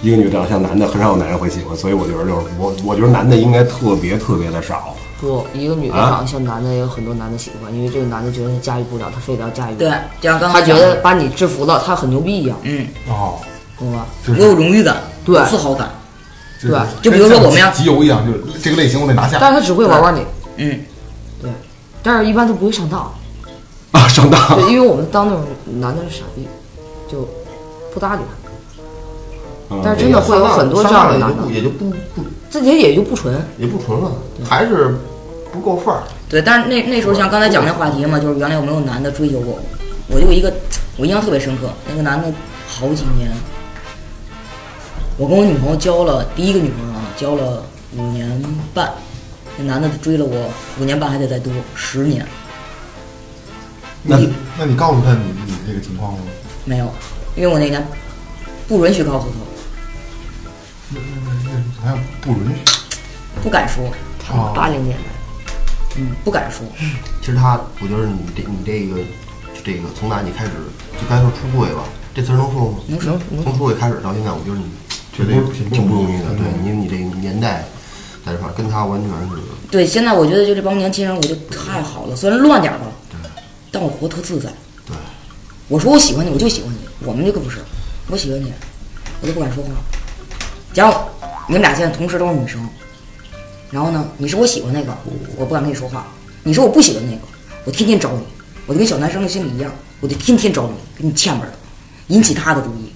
一个女的长得像男的，很少有男人会喜欢。所以我觉得就是我，我觉得男的应该特别特别的少。
不，一个女的
啊
长得像男的，也有很多男的喜欢，因为这个男的觉得他驾驭不了，他非得要驾驭。
对就像刚才
他觉得把你制服了，他很牛逼一样，
嗯，
哦，
懂吧？
就是
我有荣誉感，
对
有自豪感，
就是
对
就比如说我们要
跟集邮一样，就是这个类型我得拿下。
但是他只会玩玩你，
嗯，
对，但是一般都不会上当，
啊，上当
对，因为我们当那种男的是傻逼，就不搭理他，
嗯
但是真的会有很多这样的男的，
也就不不
自己也就不纯，
也不纯了，还是不够范儿。
对，但是那那时候像刚才讲那话题嘛，就是原来有没有男的追求过我？我就一个，我印象特别深刻，那个男的好几年，我跟我女朋友交了第一个女朋友啊，交了五年半，那男的追了我五年半，还得再多十年，
那你那你告诉他你你这个情况了吗？
没有，因为我那年不允许告诉他，
好像不允许。
不敢说，
他们
哦
八零年代，
嗯，不敢说，
其实他，我觉得你这你这个就这个从哪你开始就该说出柜吧，这词儿能说吗？
能说
从出柜开始到现在，我觉得你
挺
绝
不
对
挺不
挺不容
容易
易的。
的
对
嗯
你你这个年代在这块儿跟他完全是
对，现在我觉得就这帮年轻人，我就太好了，虽然乱点儿吧，但我活特自在。
对。
我说我喜欢你，我就喜欢你。我们这个不是，我喜欢你，我都不敢说话。假如你们俩现在同时都是女生，然后呢，你是我喜欢那个，我不敢跟你说话；你是我不喜欢那个，我天天找你，我就跟小男生的心理一样，我就天天找你，给你欠门儿，引起他的注意。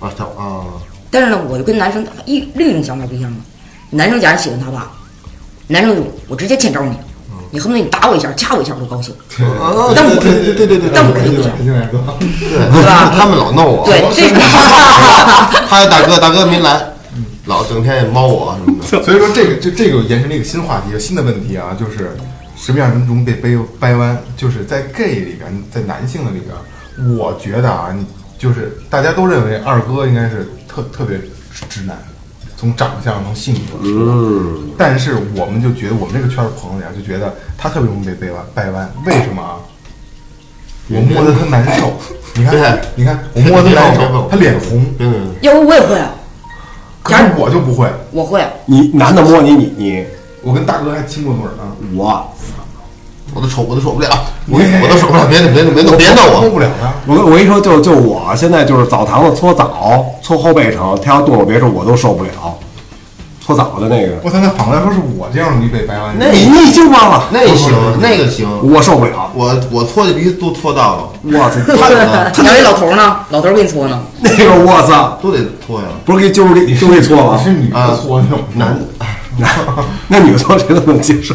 啊，他啊，
但是呢，我就跟男生一另一种想法不一样了。男生假如喜欢他吧，男生有我直接欠招你，
嗯
你恨不得你打我一下、掐我一下我都高兴，
啊
但我
对对对对对，
但我
开
肯定不
心
想
来，开心来哥，
对
吧
他们老闹我，
对
我
这
还有大哥，大哥没来，老整天也猫我什么 的。
所以说这个这这个延伸了一个新话题，新的问题啊，就是什么样人容易被掰掰弯？就是在 gay 里边，在男性的里边，我觉得啊，你就是大家都认为二哥应该是特特别直男，从长相从性格，
嗯，
但是我们就觉得我们这个圈儿朋友里啊，就觉得他特别容易被掰弯掰弯，为什么啊？我摸着他难 受，你看
对，
你看，我摸着他难
别别别
受，他脸红，
真的，
要不我也会啊，
可是我就不会，
我会啊。
你男的摸你，你你
我跟大哥还亲过嘴呢。
我，
我都受我都受不了，我我都受不了，别别别别别闹
摸
我，
不了啊他，
我跟我跟你说，就就我现在就是澡堂子搓澡搓后背上，他要动我别处我都受不了，搓澡的那个，
我操，那反过来说是我这样容易被掰弯，
那
你你已经忘了，
那行那个行，
我受不了，
我我搓的必须都搓到了，
我操，
他
你要一老头呢，老头给你搓呢，
那个我操，
都得搓呀。
不是给就是给就是给 搓
你
了
是，女
啊
的搓那种
男的，
那女的搓谁都能接受。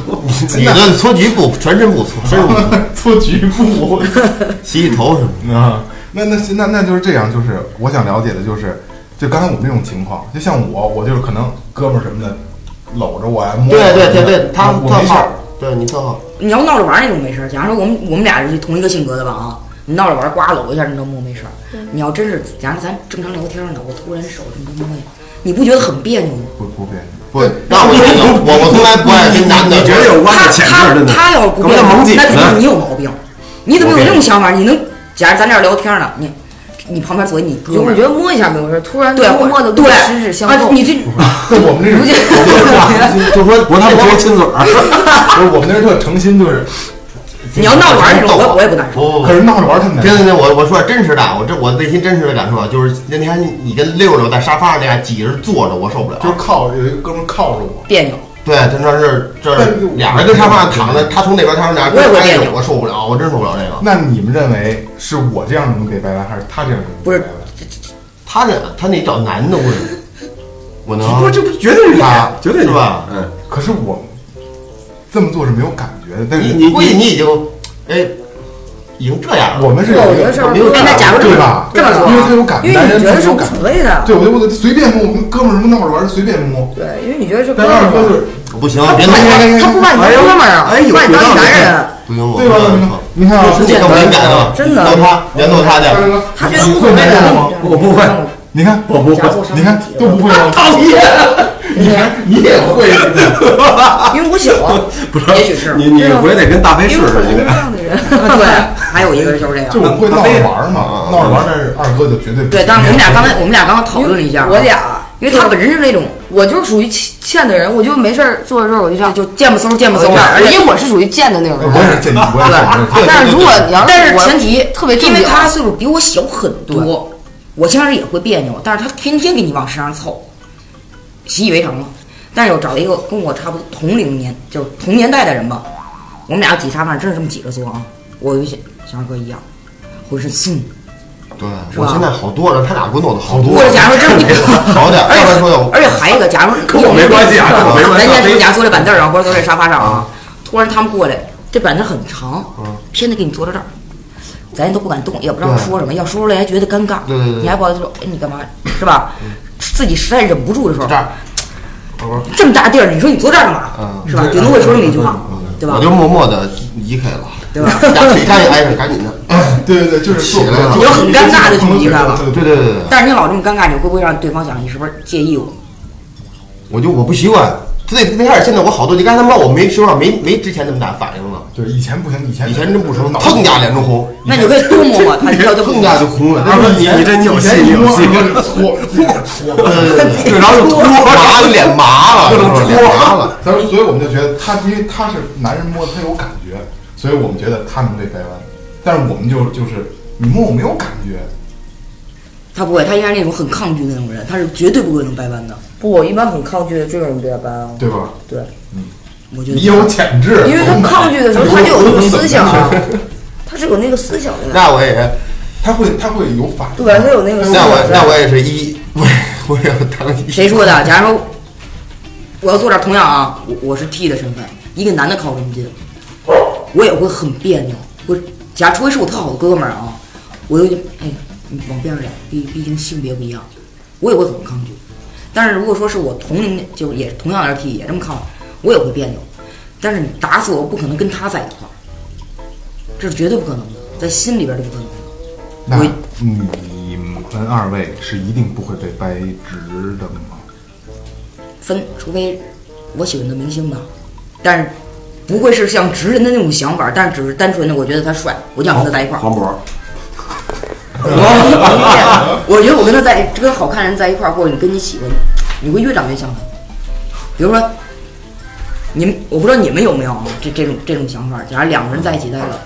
你这搓局部，全身部搓，全身部搓
搓局部。
洗洗头什么
啊，那那行那那就是这样，就是我想了解的就是，就刚才我们这种情况，就像我，我就是可能哥们儿什么的搂着我呀，摸
的。
着
对
我
对对对，他
我
特
没事
好
儿，，
对你特好，
你要闹着玩儿那种没事儿。假如说我们我们俩是同一个性格的吧啊，你闹着玩儿呱搂一下你都摸没事儿。你要真是假如咱正常聊天呢，我突然手这么摸一下，你不觉得很别扭吗？
不不别扭，
不，那我跟你讲，我我从来不爱跟男的，
你觉得有弯
他
的潜质，
他
真的。
他要是不
搞不
变
定萌姐
那肯定你
呢？
有毛病。你怎么有这种想法？你能，假如咱这儿聊天呢，你你旁边坐一你哥
就
们
会
儿
觉，得摸一下没有事，突然
对，
默默的
对
跟十指相
啊
扣，，
你这
我们这啊是，
就说
我他妈直接亲嘴儿，
不是我们那是特诚心，就是，
你要闹着玩儿那种，我我也不难受。
不
可是闹着玩儿特难
真的，真的，我我说点真实的啊，我这我内心真实的感受啊，就是那天你跟溜溜在沙发上那样挤着坐着，我受不了。
就是靠有一个哥们儿靠着我，
别扭，
对，他这这这俩人跟沙发上躺着，他从那边，他从那边，
我也会
哎
变
呦
扭
我受不了，我真受不了这个。
那你们认为是我这样能给掰弯，还是他这样能
不
给
是
掰弯？
他那他那找男的，我我能
不是这不绝对是
啊
他，绝对
是吧？
嗯，
可是我这么做是没有感觉的，但是
你估计你已经哎已经这样了，
我们是有
我
一
觉
个
得这样
没有
对
哎那假如
对吧？
这么说啊
因为他有感觉，
因为
男人
你觉得
不
是
有
无
感
所谓的，
对，我就我就随便摸，我跟哥们儿什么闹着玩儿随便摸。
对，因为你觉得是哥
但
们
是二哥就
儿，
是，
不行，
他
别
不
弄
把
我，
你，他不把你当哥们儿啊，
哎呦
不把你当
有道理
男人，
不行，我
对吧？你看啊，
这个敏感了，
真的
揍他，原揍他去。
大哥，
他觉得
你
无
会
所谓
难受
的
吗？
我不会，
你看我不
假如我上
你看
体育
都不会吗？
讨厌，你看你也会，
因为我小啊，
不是，
也许是
你你
对啊
回得跟大飞试
因为我
试
是
去
这。样的人，
对，还有一个就是这
就
个，
我们会闹着玩儿嘛，闹着玩儿，但是二哥就绝对不
对。但是我们俩刚才我们俩刚刚讨论了一下，啊
我俩，
因为他本身是那种
我就是属于欠欠的人，我就没事儿坐着坐着我就这样，
就见不嗖见不嗖的，而
因
且
为我是属于贱的那种
我也
人。
是见你，我也是见你。
但是如果你要
但是
我
前提
特别正
因
经
为他岁数比我小很多，我先开始也会别扭，但是他天天给你往身上凑，习以为常了。但是我找一个跟我差不多同龄年，就是同年代的人吧，我们俩挤沙发上真是这么挤着坐啊，我跟小小二哥一样，浑身腥。
对我现在好多了，他俩给我弄的好多
或者假
了，
如真你
好点儿，要不然说要
而且还有一个，假如
跟我没关 系啊跟我没关系啊
咱先说，假如坐这板凳儿上，或者坐这沙发上啊，突然他们过来，这板凳很长，偏得给你坐到这儿，咱也都不敢动，也不知道
对
说什么，要说出来还觉得尴尬，
对对对
你还不好意思说，哎，你干嘛是吧？自己实在忍不住的时候
这，儿，我
这么大地儿，你说你坐这儿干嘛？
嗯
是吧？顶多会说这么一句话，对吧
我？就默默的移开了，
对吧？
俩腿赶紧挨着，赶紧的，
对对对，就是
起来了
做
有很尴尬的距离感了
对对
呃
对
对对对对，对
但是你老这么尴尬，你会不会让对方想你是不是介意我？
我就我不习惯，最最开始现在我好多，你刚才骂我没说话，没没之前那么大反应了，
就是以前不行，以前
以前真不说，
脑
腾一下脸就红，
那你可以多摸摸他，你要就不
腾一下就红了，
二哥，你你这你有戏，你有戏，
搓搓搓。
对，
对，然后就脱
麻就脸麻了，
各种
就是脸麻了，
所以所以我们就觉得他，因为他是男人摸的，他有感觉，所以我们觉得他能被掰弯。但是我们就就是你摸我没有感觉，
他不会，他应该是那种很抗拒的那种人，他是绝对不会能掰弯的。
不，我一般很抗拒这种对白啊，
对吧？
对，
我觉得
你有潜质，
因为他
我买
抗拒的时候，
不
他
是
就有那
不
个
是
思想 啊
不是，
他是有那个思想的，
那我也。
他会他会有反应。
对，他有那个思
那
想
我
在。
那我也是一，我我也要当一。
谁说的？假如说我要做点儿同样啊，我我是 T 的身份，一个男的靠我这么近，我也会很别扭。我假除非是我特好的哥们儿啊，我有点哎，你往边上点，毕毕竟性别不一样，我也会很抗拒。但是如果说是我同龄的，就也同样的 T 也这么靠，我也会别扭。但是你打死我不可能跟他在一块儿，这是绝对不可能的，在心里边儿就不可能。
那
我
你们二位是一定不会被掰直的吗？
分，除非我喜欢的明星吧，但是不会是像直人的那种想法，但是只是单纯的我觉得他帅，我就想跟他在一块儿。
黄渤，
我我觉得我跟他在跟好看人在一块儿，或者你跟你喜欢，你会越长越像他。比如说，你们我不知道你们有没有啊这这种这种想法，假如两个人在一起待了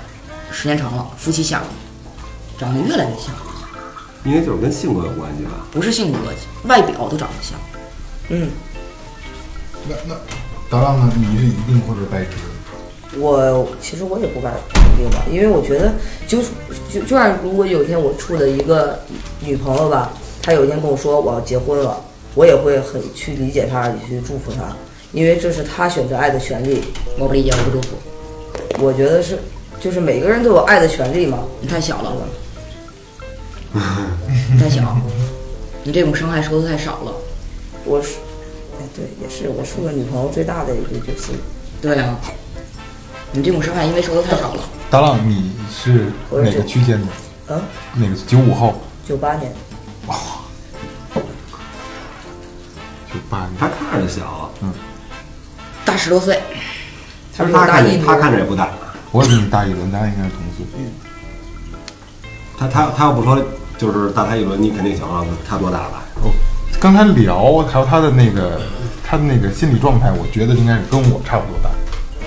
时间长了，夫妻相了，长得越来越像，
应该就是跟性格有关系吧？
不是性格，外表都长得像。
嗯，
那那达浪呢？你是一定会被掰直的。
我其实我也不敢肯定吧，因为我觉得就就就像如果有一天我处的一个女朋友吧，她有一天跟我说我要结婚了，我也会很去理解她，也去祝福她，因为这是她选择爱的权利。
我不理解，我不祝福，
我觉得是，就是每个人都有爱的权利嘛。
你 太小了，你太小，你这种伤害受的太少了。
我是，哎，对，也是我处的女朋友最大的一个就是，
对啊，你这种伤害因为受的太少了。
达浪，你是哪个区间的？
嗯，
哪个九五后？
九八年，
九八年。
他看着小，
大十多岁，
其实他看着他看着也不大。
我比你大一轮，咱俩应该是同岁。
他他他要不说就是大他一轮，你肯定想啊，他多大吧？
哦，刚才聊还有他的那个他的那个心理状态，我觉得应该是跟我差不多大。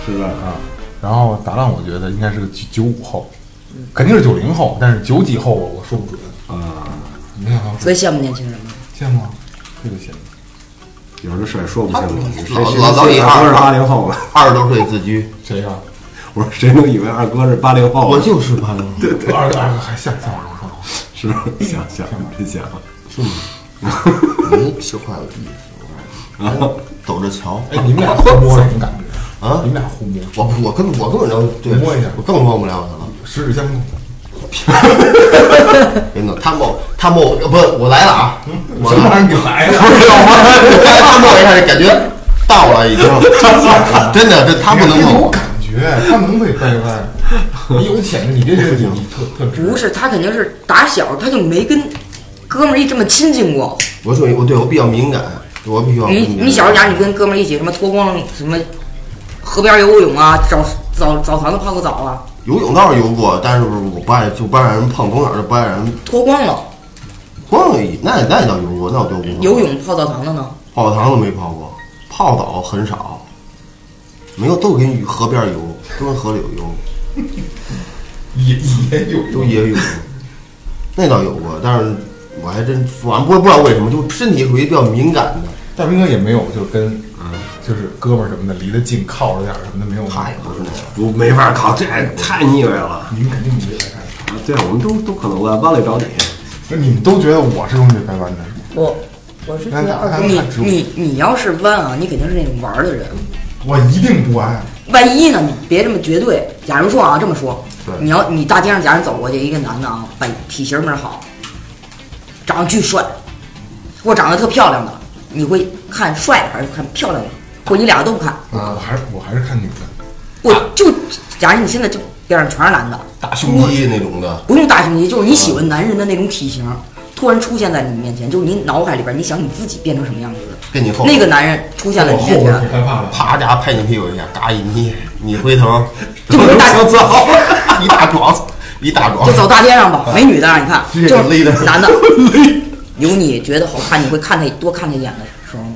是吧？啊，
然后达浪，我觉得应该是个九九五后，肯定是九零后，但是九几后我我说不准。
啊，
你看啊，
所以羡慕年轻人吗？
羡慕啊，特别羡慕。
有时候事儿说不清楚。谁
老
谁
老老李
谁
二
二是八零后了，
二十多岁自居，
谁呀、啊？
我说谁能以为二哥是八零后？
我就是八零后，
二个二个还像像我像我
是想想真想
没吃坏了地，
啊，
走着瞧。
哎，你们俩互摸什么感觉
啊
你们俩互摸，
我我根本我根本就对
摸一下
我更摸不了他
十指相扣。
了。真的，他摸他摸我不我来了啊！我
什么
来
玩
了
意儿？你来了？
他摸一下就感觉到了 已经，真的这他不能
有
摸。
感觉，他能被掰弯。你有潜质，你这这你特特直。
不是，他肯定是打小他就没跟哥们儿一这么亲近过。
我属于我对我比较敏感，我比
哦
较
你
敏感
你小时候讲你跟哥们儿一起什么脱光了什么河边游泳啊，澡澡澡堂子泡个澡啊，
游泳倒是游过，但是我不爱就不爱让人碰，从小就不爱让人
脱光
哦
了
光泳那那倒游过，那我就不
游泳泡澡堂子呢？
泡澡堂都没泡过，泡澡很少，没有都跟河边游，都跟河里游，
也也有
都野泳。那倒有过，但是我还真反正不不知道为什么，就身体属于比较敏感的。
大兵哥也没有，就是跟就是哥们儿什么的离得近，靠着点儿什么的没有。
他也不是那样，
不没法靠，这太腻歪了。啊
你们肯定不会来看，
对，我们都都可能我在湾里找你。
那你们都觉得我是东西掰弯的，
我我是
觉得二
你
他只
你你要是弯啊，你肯定是那种玩儿的人。
我一定不爱。
万一呢？你别这么绝对。假如说啊，这么说
对，
你要你大街上假如走过去一个男的啊，把体型儿倍儿好，长得巨帅，或长得特漂亮的，你会看帅还是看漂亮的？或你俩都不看？
我还是我还是看女的，
我就假如你现在就边上全是男的，
大胸肌那种的，
不用大胸肌，就是你喜欢男人的那种体型，突然出现在你面前，就是你脑海里边，你想你自己变成什么样子的？
跟你后
那个男人出现在
我
你
后
面
边挺
前，
害怕的。
啪家拍你屁股一下，嘎一捏，你回头，
就跟大
想走，一大壮，一大壮
就，走大街上吧，没女的啊让你看，
直接
就
给勒着
是男的，有你觉得好看，你会看他多看他一眼的时候吗？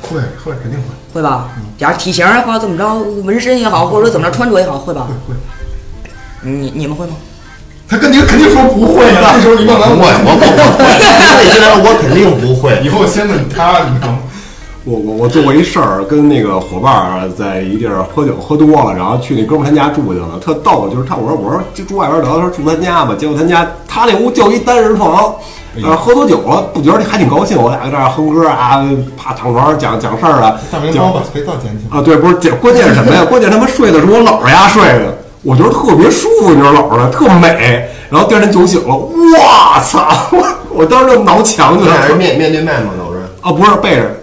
会会肯定会
会吧？假如体型啊，或者怎么着，纹身也好，或者说怎么着穿着也好，会吧？
会。
你你们会吗？
他跟您肯定说不会呀，这时候你问
我
完
我我不会，内心来说我肯定不会。
以后先问他，你知道吗？
我我我做过一事儿，跟那个伙伴儿在一地儿喝酒，喝多了，然后去那哥们儿他家住去了，特逗。就是他我说我说就住外边儿得了，他说住他家吧。结果他家他那屋就一单人床，呃，喝多酒了，不觉得还挺高兴。我俩在这儿哼歌啊，趴躺床上讲讲事儿啊，
大明
讲
帮把肥皂捡起来。
啊，对，不是，这关键是什么呀？关键他妈睡的是我姥姥家睡的，我觉得特别舒服，你知道姥姥家特美。然后第二天酒醒了，我操！ 我我当时就挠墙去
俩人
了。
面面对面嘛都是，
啊，不是背着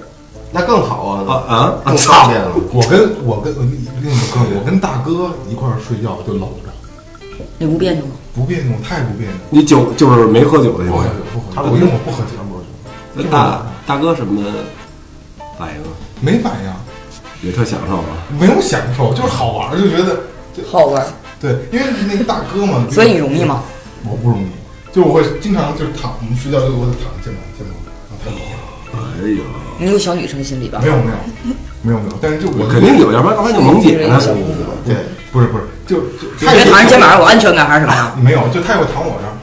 那更好
啊
啊，
啊啊！
更
操
方！便了。
我跟我跟另一个哥们儿，我跟大哥一块儿睡觉就搂着，
你不别扭吗？
不别扭，太不别扭。
你酒就是没喝酒的
不
情
喝
况下
酒，，不喝酒，我因为我不喝酒，不喝酒，
那大大哥什么反应啊
没反应，
也特享受啊？
没有享受，就是好玩儿，就觉得
好玩。
对，因为那个大哥嘛，
所以你容易吗？
我不容易，就是我会经常就是躺，我们睡觉就我就躺肩膀肩膀，然后他搂着
哎呦，
你有小女生心理吧
没？有没有没有没有，但是就我
肯定有，要不然刚才就萌姐呢。
对，
不是不是，就就
你觉得躺着肩膀上有安全感还是什么呀？
没有，就他也会躺我这儿，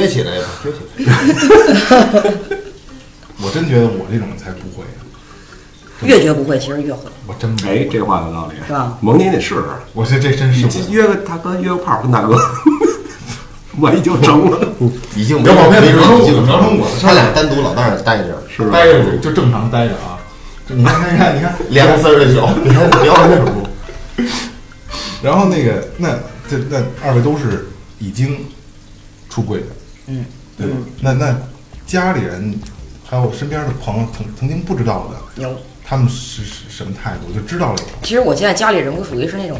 撅起来吧，撅起来。
我真觉得我这种才不会，
越觉不会，其实越会，
我真不
哎，
会，
这话有道理。
是
啊
吧？
萌姐你得试试。
我这这真是
你约个大哥，约个炮跟大哥， 万一就成了。
已经
不要跑偏
没
别
准
说我
已经
别说我
他俩单独老在那待着，
是吧
待着就正常待着啊，就你看你看你看，
凉丝儿 的酒，你看聊那种，
然后那个那这那二位都是已经出柜的，
嗯，
对吧？那那家里人还有身边的朋友曾曾经不知道的，
有。
他们是是什么态度？就知道了以后，
其实我现在家里人，我属于是那种，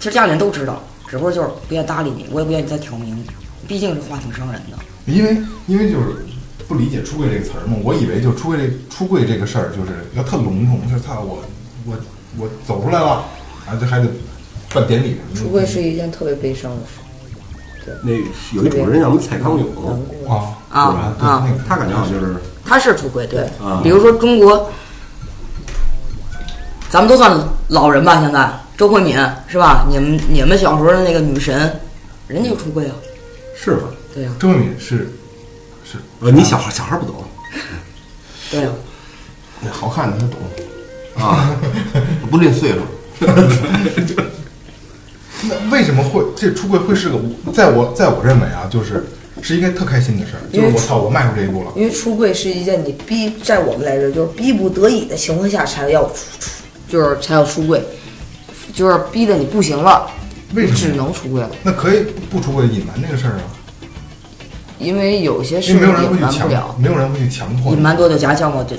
其实家里人都知道，只不过就是不愿意搭理你，我也不愿意再挑明，毕竟这话挺伤人的。
因为因为就是不理解“出柜”这个词儿嘛，我以为就出柜这出柜这个事儿就是要特隆重，就是操我我我走出来了，啊，这还得办典礼什么的。
出柜是一件特别悲伤的事，
那有一主持人叫什么蔡康永，
难过。
啊
啊
对
啊
那个
他感觉好像就是
他是出轨，对
对啊，
比如说中国，咱们都算老人吧，现在周慧敏是吧？你们你们小时候的那个女神，人家就出轨啊，
是吧？
对啊呀、
周慧敏是是
呃，你小孩小孩不懂
对呀、
那好看的他懂，
啊，
不论岁数。
那为什么会这出柜会是个无？在我在我认为啊，就是是一个特开心的事儿，就
因
是
为
我操，我迈出这一步了。
因为出柜是一件你逼，在我们来说就是逼不得已的情况下才要出出。
就是才要出柜，就是逼得你不行了，
为
你
什
只
么
能出柜了，
那可以不出柜隐瞒这个事儿啊，
因为有些事
因为没有人
隐
会
瞒
去
不了
强，。没有人会去强迫
隐
你。
瞒多久假象我就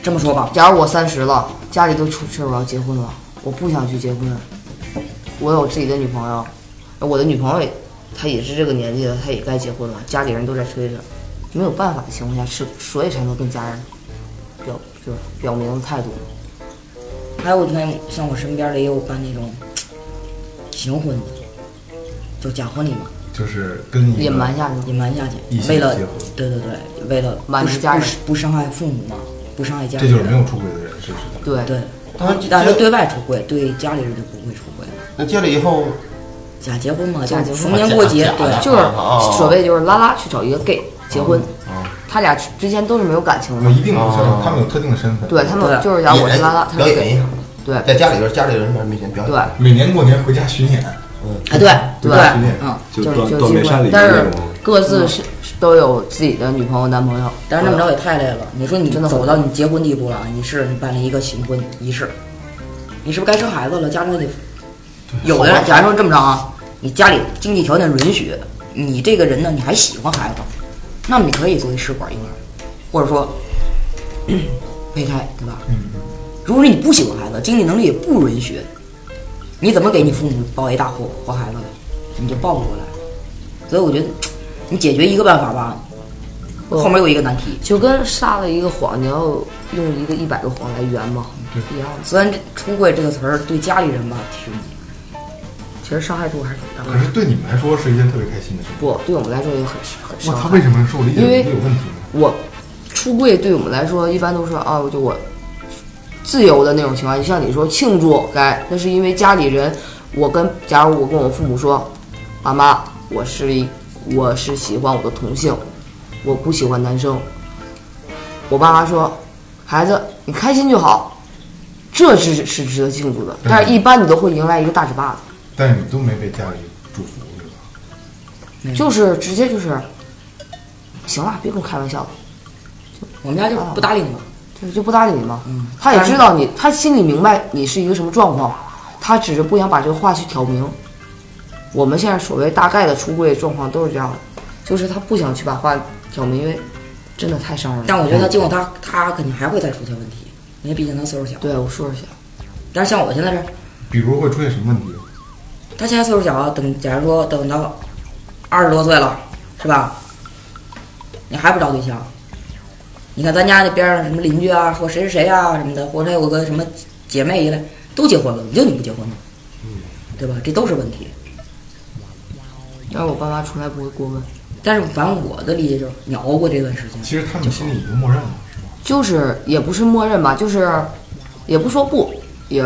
这么说吧，
假如我三十了，家里都出事儿，我要结婚了，我不想去结婚，我有自己的女朋友，我的女朋友也，她也是这个年纪了，她也该结婚了，家里人都在催着，没有办法的情况下，是所以才能跟家人表就是表明态度。
还有你看，像我身边的也有办那种行婚的，就假婚礼嘛，
就是跟一个
隐瞒一下你
隐瞒下去
异，性
为了
结婚
对对对，为了
瞒
不
着
是
家
不
人
是不伤害父母嘛，不伤害家人，
这就是没有出轨的人，是不是？
对
对，
当然这
但是对外出轨，对家里人就不会出轨，
那接了以后，
假结婚嘛，
假
就
结婚
逢年过节
假假的
对，
就是
啊
所谓就是拉拉去找一个 gay 结婚，他俩之间都是没有感情
我
的
们。一定不是
哦，
他们有特定的身份。
对他们
对
就是要我
演
是拉拉，
哎
他
表
是
演
gay，
一下，
对
在家里边，家里人面前表演。
对，
每年过年回家巡演，
哎对
对
对
嗯，
就
就是
断
就
断
是
眉
结
山
婚
里，
但
边
是
那种。
各自是都有自己的女朋友、男朋友，
但是那么着也太累了。你说你
真的
走到你结婚地步了，你是你办了一个行婚仪式，你是不是该生孩子了？家长也得有的人，假如说这么着啊，你家里经济条件允许，你这个人呢，你还喜欢孩子，那么你可以作为试管婴儿，或者说嗯胚胎，对吧？如果说你不喜欢孩子，经济能力也不允许，你怎么给你父母抱一大活活孩子来？你就抱不过来。所以我觉得，你解决一个办法吧，
嗯
后面有一个难题。
就跟撒了一个谎，你要用一个一百个谎来圆嘛，一样的。
虽然这“出柜”这个词儿对家里人吧，挺其实伤害度还是挺大
可
的。
是对你们来说是一件特别开心的事。
不，对我们来说也很很
我
伤
操，
害
为。什么是我理解
因为
能力有问题呢？
我出柜对我们来说，一般都是啊，就我自由的那种情况。就像你说庆祝，该那是因为家里人，我跟假如我跟我父母说，爸妈，我是一我是喜欢我的同性，我不喜欢男生。我爸妈说，孩子，你开心就好，这是是值得庆祝的。但是，一般你都会迎来一个大嘴巴子。
但是你都没被家里祝福，对吧？
就是直接就是，行了，别跟我开玩笑了，
我们家就是不搭理你嘛，
就就不搭理你嘛。
嗯
他也知道你，他心里明白你是一个什么状况，他只是不想把这个话去挑明。我们现在所谓大概的出柜状况都是这样的，就是他不想去把话挑明，因为真的太伤人了。
但我
嗯
觉得他今后他他肯定还会再出现问题，因为毕竟他岁数小。
对我说一下，
但是像我现在这，
比如会出现什么问题？
他现在岁数小，等假如说等到二十多岁了，是吧？你还不找对象？你看咱家那边上什么邻居啊，或谁是谁啊什么的，或者有个什么姐妹一类，都结婚了，你就你不结婚呢？
嗯
对吧？这都是问题。
但是我爸妈从来不会过问，
但是反正我的理解就是，你熬过这段时间，
其实他们心里已经默认了，是吧？
就是也不是默认吧，就是也不说不，也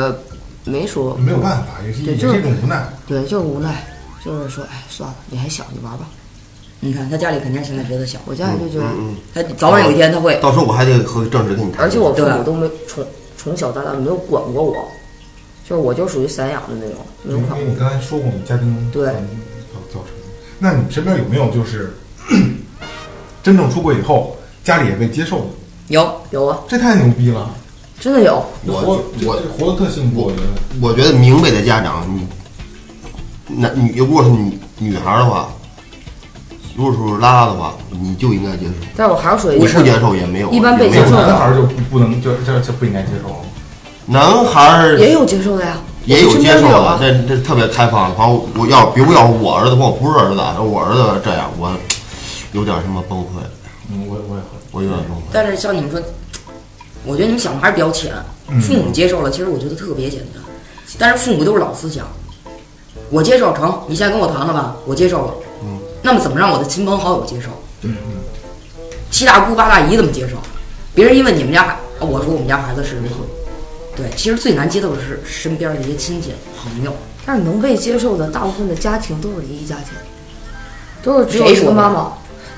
没说
没有办法，也是
对
也
就是
是一种无奈。
对，就是无奈，就是说，哎，算了，你还小，你玩吧。
你看他家里肯定现在觉得小，
我家里就觉得。
他早晚有一天他会，
到时候我还得和正直跟你谈。
而且我父母
对
都没从从小到大没有管过我，就是我就属于散养的那种，没
因
有
为
管
你
过。
刚才说过，你家庭
对
环境造造成的。那你身边有没有就是 真正出柜以后，家里也被接受的？
有
有啊，
这太牛逼了！
真的有，
我
活
我
这活得特幸福，我觉得。
我觉得明白的家长，你男女如果是女女孩儿的话，如果是拉拉的话，你就应该接受。
但是我还要说一
你
件事
不，接受也没有，
一般被
也没
没
有
有
接受
男孩儿就不不能就就就不应该接受了。
男孩儿
也有接受的呀，
也有
我身
接
边
受
就有
的
啊，。
这这特别开放。反正我要，比如要我儿子跟我不是儿子啊，我儿子这样，我有点什么崩溃，
嗯，我我也会。
我有点崩溃。
但是像你们说，我觉得你们想的还是比较浅，父母接受了，其实我觉得特别简单，但是父母都是老思想，我接受成，你现在跟我谈了吧，我接受了，嗯，那么怎么让我的亲朋好友接受？七大姑八大姨怎么接受？别人一问你们家孩，哦我说我们家孩子是，对，其实最难接受的是身边的一些亲戚朋友，
但是能被接受的大部分的家庭都是离异家庭，都是只有
谁
一个
说的
妈妈。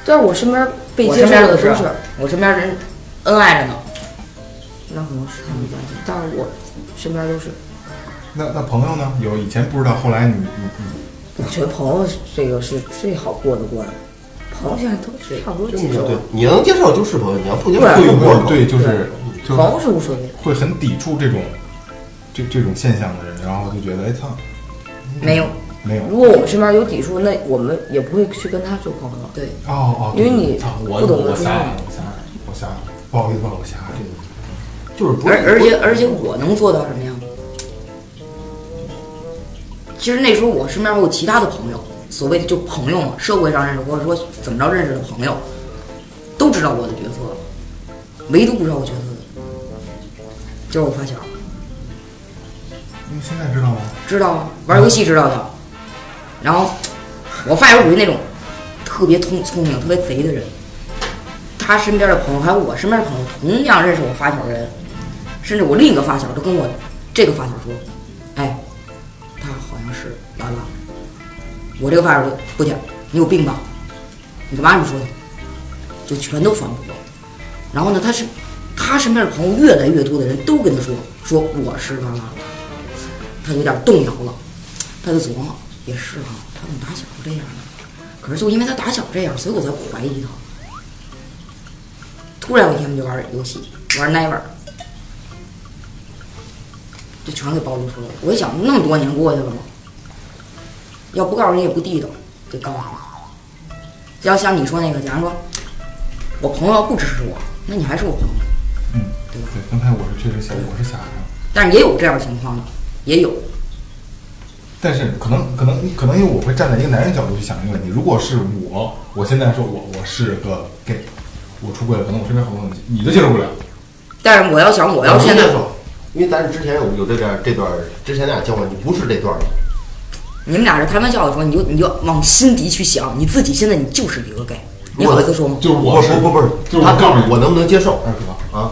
但是我身边被
我
接
身
受
边
的
都
都
是
是，，
我身边人恩爱着呢。
那可能是他们家庭，但是我身边都是，
那那朋友呢？有以前不知道，后来你你你
我觉得朋友是这个是最好过的关，朋友现在都差不多接受
对
了，，
你能接受就是朋友，你要不接受
会
就
有没
过
有
了。
对就是就
朋友是无所谓的。
会很抵触这种这这种现象的人，然后就觉得哎操，
没有，
没有
如果我们身边有抵触，那我们也不会去跟他做朋友。对，
哦哦，
因为你
操我
不懂得
我
尊
狭隘
重，
我狭隘，我狭隘，不好意思，我狭隘这个。
就是不
而
是
而且而且我能做到什么呀？其实那时候我身边还有其他的朋友，所谓的就朋友嘛，社会上认识或者说怎么着认识的朋友，都知道我的角色，唯独不知道我角色的，就是我发小，
你现在知道吗？
知道啊，玩游戏知道的。然后我发小属于那种特别聪聪明、特别贼的人，他身边的朋友还有我身边的朋友，同样认识我发小的人，甚至我另一个发小都跟我这个发小说：“哎，他好像是兰兰。”我这个发小就不讲，你有病吧？你干嘛这么说他？就全都反驳。然后呢，他是他身边的朋友越来越多的人都跟他说说我是拉拉拉，他有点动摇了，他就琢磨也是啊，他怎么打小就这样呢？可是就因为他打小这样，所以我才怀疑他。突然有一天，我们就玩游戏，玩 Never，就全给暴露出来了。我一想，那么多年过去了嘛，要不告诉人也不地道，得告诉他。要像你说那个，假如说我朋友要不支持我，那你还是我朋友。
嗯，
对吧
对，刚才我是确实想，我是想着。
但是也有这样的情况的，也有。
但是可能可能可能因为我会站在一个男人角度去想这个问题。如果是我，我现在说我我是个 gay，我出柜了，可能我身边很多人你都接受不了。
但是我要想，我要现在
接受，因为咱之前有有这段这段之前咱俩交往，你不是这段的，
你们俩是开玩笑的时候，你就你就往心底去想，你自己现在你就是一个 gay，你好意思说吗？
就是我
不
是
不不不是，
就是
他
我
告
告诉
诉
你
我能不能接受
二哥，
啊？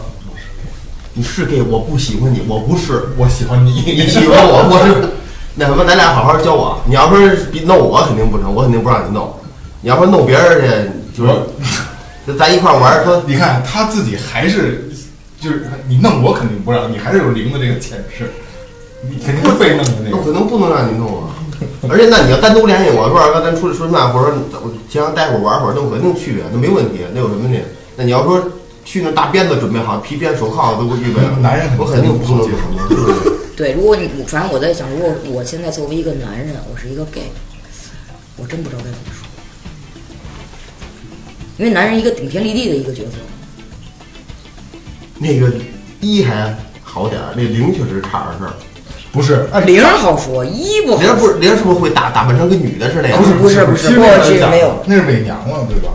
你是 gay，我不喜欢你，我不是，
我喜欢你，
你喜欢我，我是那什么，咱俩好好交往。你要说比弄我肯定不成，我肯定不让你弄。你要说弄别人去，就是就咱一块玩儿说
你看他自己还是就是你弄我肯定不让，你还是有零的这个潜质，你肯定会被弄的那
那
个。
可能不能让你弄啊。而且，那你要单独联系我说二哥，咱出去吃饭，或者我经常待会儿玩会儿，那我肯定去啊，那没问题，那有什么的？那你要说去那大鞭子准备好，皮鞭、手铐都给我预备了，
嗯男人
我肯定不能
接受
对不对
对，如果你反正我在想，如果我现在作为一个男人，我是一个 gay，我真不知道该怎么说，因为男人一个顶天立地的一个角色，
那个一还好点儿，那零确实差点事儿。
不是，哎，
零儿好说，一不好
啊零
说
不是零是不是会打打扮成跟女的似的呀？
不是
不是不是
其实那
过去
是
没有
那是伪娘了，对吧？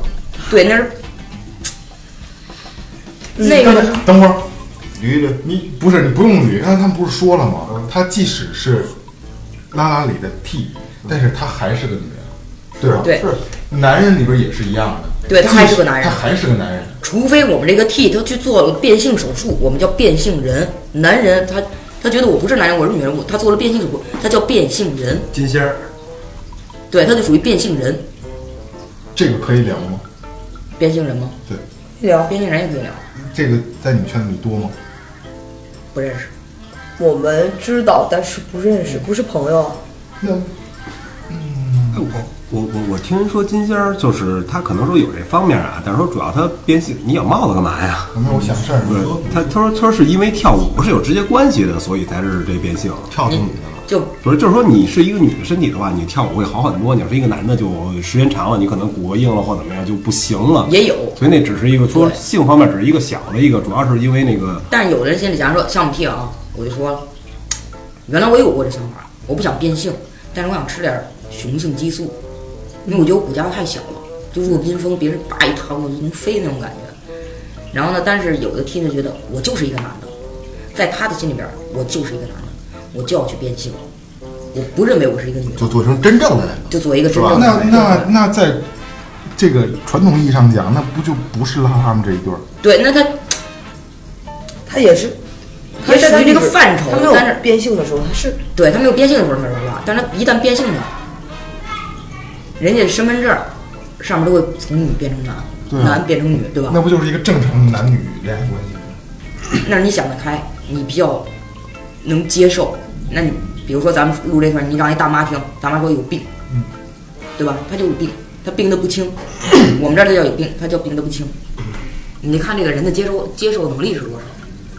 对，那是
嗯
那个是
等会儿，
驴驴。
你不是你不用捋，刚才他们不是说了吗？她即使是拉拉里的 T，但是她还是个女人，对吧？
对
是
男人里边也是一样的，
对他还是个男人
他还是个男人。
除非我们这个 T 他去做变性手术，我们叫变性人。男人他他觉得我不是男人，我是女人，我他做了变性手术，他叫变性人，
金仙儿，
对，他就属于变性人。
这个可以聊吗？
变性人吗？
对，
聊
变性人也可以聊，
这个在你们圈子里多吗？
不认识。
我们知道，但是不认
嗯
识，不是朋友。
那
哎我我我我听人说金仙儿就是他可能说有这方面啊，但是说主要他变性，你养帽子干嘛呀？
没有，我想事儿。
不是他他说他说是因为跳舞是有直接关系的，所以才是这变性。
跳成女的了。
就
不是，就是说你是一个女的身体的话，你跳舞会好很多；你要是一个男的，就时间长了，你可能骨骼硬了或怎么样就不行了。
也有
所以那只是一个说
对
性方面只是一个小的一个，主要是因为那个
但是有的人心里，假如说像我们 T 啊，我就说了，原来我有过这想法，我不想变性，但是我想吃点雄性激素，因为我觉得我骨架太小了，就弱冰风，别人叭一掏我就能飞那种感觉。然后呢，但是有的 T 呢觉得我就是一个男的，在他的心里边，我就是一个男的，我就要去变性，我不认为我是一个女的，
就做成真正的
嗯
来了。
就作为一个真正的
那
男
那
人。
那在这个传统意义上讲，那不就不是拉他们这一对儿？
对，那他
他也是，
也
在
属于这个
里边
范畴
他没有
但是
变性的时候，他是
对他没有变性的时候他是拉，但是他一旦变性了，人家身份证儿上面都会从女变成男，
对啊
男变成女，对吧？
那不就是一个正常的男女恋爱关系吗？
那是你想得开，你比较能接受。那你比如说咱们录这事儿，你让一大妈听，大妈说有病，
嗯，
对吧？她就有病，她病得不 轻。我们这儿就叫有病，她叫病得不轻。
嗯
你看这个人的接受接受能力是多少？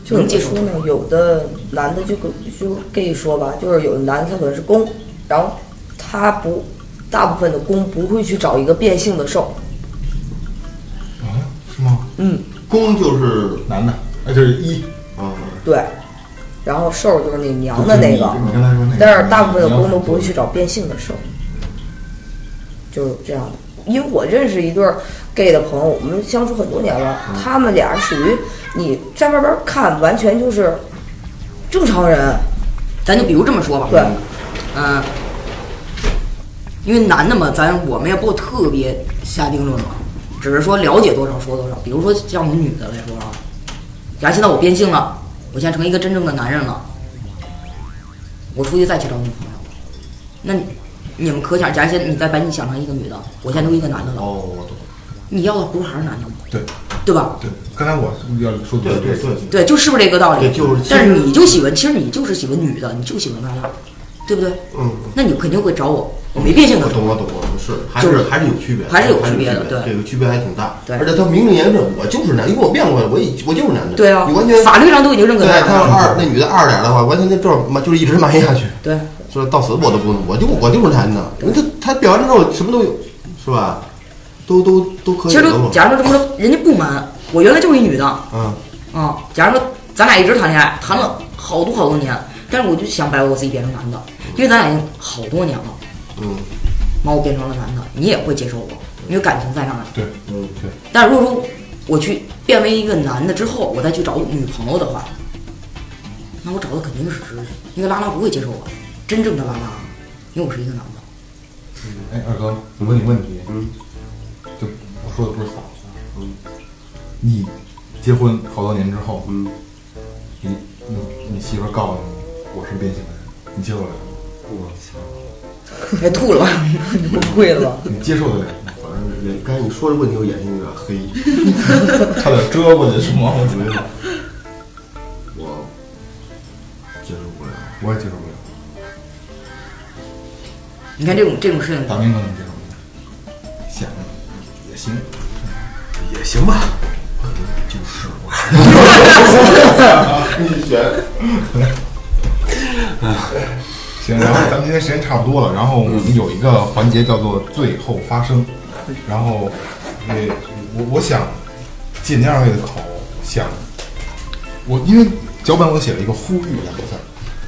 就
能
怎
接
么
受
说呢？有的男的就跟就跟你说吧，就是有的男的他可能是公，然后他不大部分的公不会去找一个变性的受，
啊，是吗？
嗯，
公就是
男的，哎，就是一
啊，
对，然后受就是那娘的那个，
你刚才说那个，
但是大部分的公都不会去找变性的受，就是这样的。因为我认识一对儿 gay 的朋友，我们相处很多年了，
嗯
他们俩属于你在外边儿看完全就是正常人，
咱就比如这么说吧，
对，
嗯、因为男的嘛，咱我们也不特别下定论嘛，只是说了解多少说多少。比如说像我们女的来说啊，假如现在我变性了，我现在成一个真正的男人了，我出去再去找女朋友，那你们可想，假如现在你再把你想成一个女的，我现在都一个男的了，
哦，我懂。
你要的不是还是男的吗？
对
对吧？
对，刚才我要说的
对对对，
对，就是不是这个道理？
对就是其实
但是你就喜欢，其实你就是喜欢女的，你就喜欢她俩，对不对？
嗯，
那你肯定会找我，我没变性的
我
时候，
懂我懂我懂，是还
就是是
还是有区别，
还是有
区
区别的对
这个区别还挺大。
对
而且他明明言着我就是男，因为我变过了，我已我就是男的。
对啊
你完全，
法律上都已经认可
对
他
他要
了，
二那女的二点的话，完全那证嘛就是一直瞒下去，
对，
说到死我都不能，我就我就是男的。因为他他表完之后什么都有，是吧？都都都可
其
以
实
的
都
嘛。
假如说这么说，人家不瞒，我原来就是一女的啊、
嗯，
嗯假如说咱俩一直谈恋爱，谈了好多好多年，但是我就想把我自己变成男的，因为咱俩已经好多年了，
嗯，
妈我变成了男的，你也会接受我，因为感情在那儿呢。
对，
嗯
对，
但如果说我去变为一个男的之后，我再去找女朋友的话，那我找的肯定是直的，因为拉拉不会接受我，真正的拉拉，因为我是一个男的。
哎，二哥，我问你问题，
嗯，
就我说的不是嫂子，嗯，你结婚好多年之后，
嗯，
你你你媳妇儿告诉你我是变性人，你接受得了吗？
我操。
别吐了，
不贵了吧？
你接受得了吗？
反正也刚才你说的问题，我眼睛有点黑。
差点遮过去是吗？我
没有， 我接受不了。
我也接受不了，
你看这种这种事情，
大明哥能接受不了，想也行，
也行吧。
你选
行，然后咱们今天时间差不多了，然后我们有一个环节叫做最后发声，然后呃，我我想借您二位的口，想我因为脚本我写了一个呼吁两个字儿，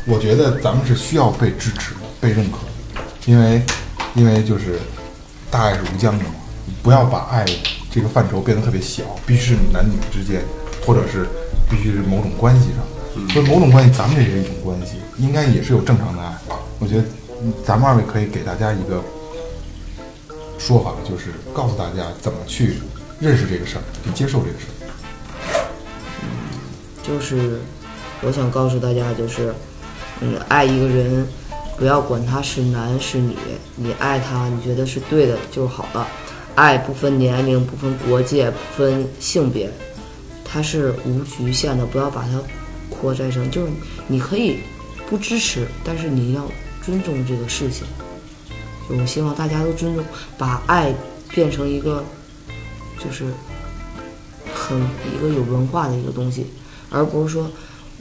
我觉得咱们是需要被支持、被认可的，因为因为就是大爱是无疆的嘛，你不要把爱这个范畴变得特别小，必须是男女之间，或者是必须是某种关系上，所以某种关系咱们这也是一种关系，应该也是有正常的爱。我觉得嗯咱们二位可以给大家一个说法，就是告诉大家怎么去认识这个事儿，去接受这个事儿。
就是我想告诉大家，就是嗯，爱一个人，不要管他是男是女，你爱他，你觉得是对的就是好了。爱不分年龄，不分国界，不分性别，它是无局限的。不要把它扩展成，就是你可以不支持，但是你要尊重这个事情。就我希望大家都尊重，把爱变成一个就是很一个有文化的一个东西，而不是说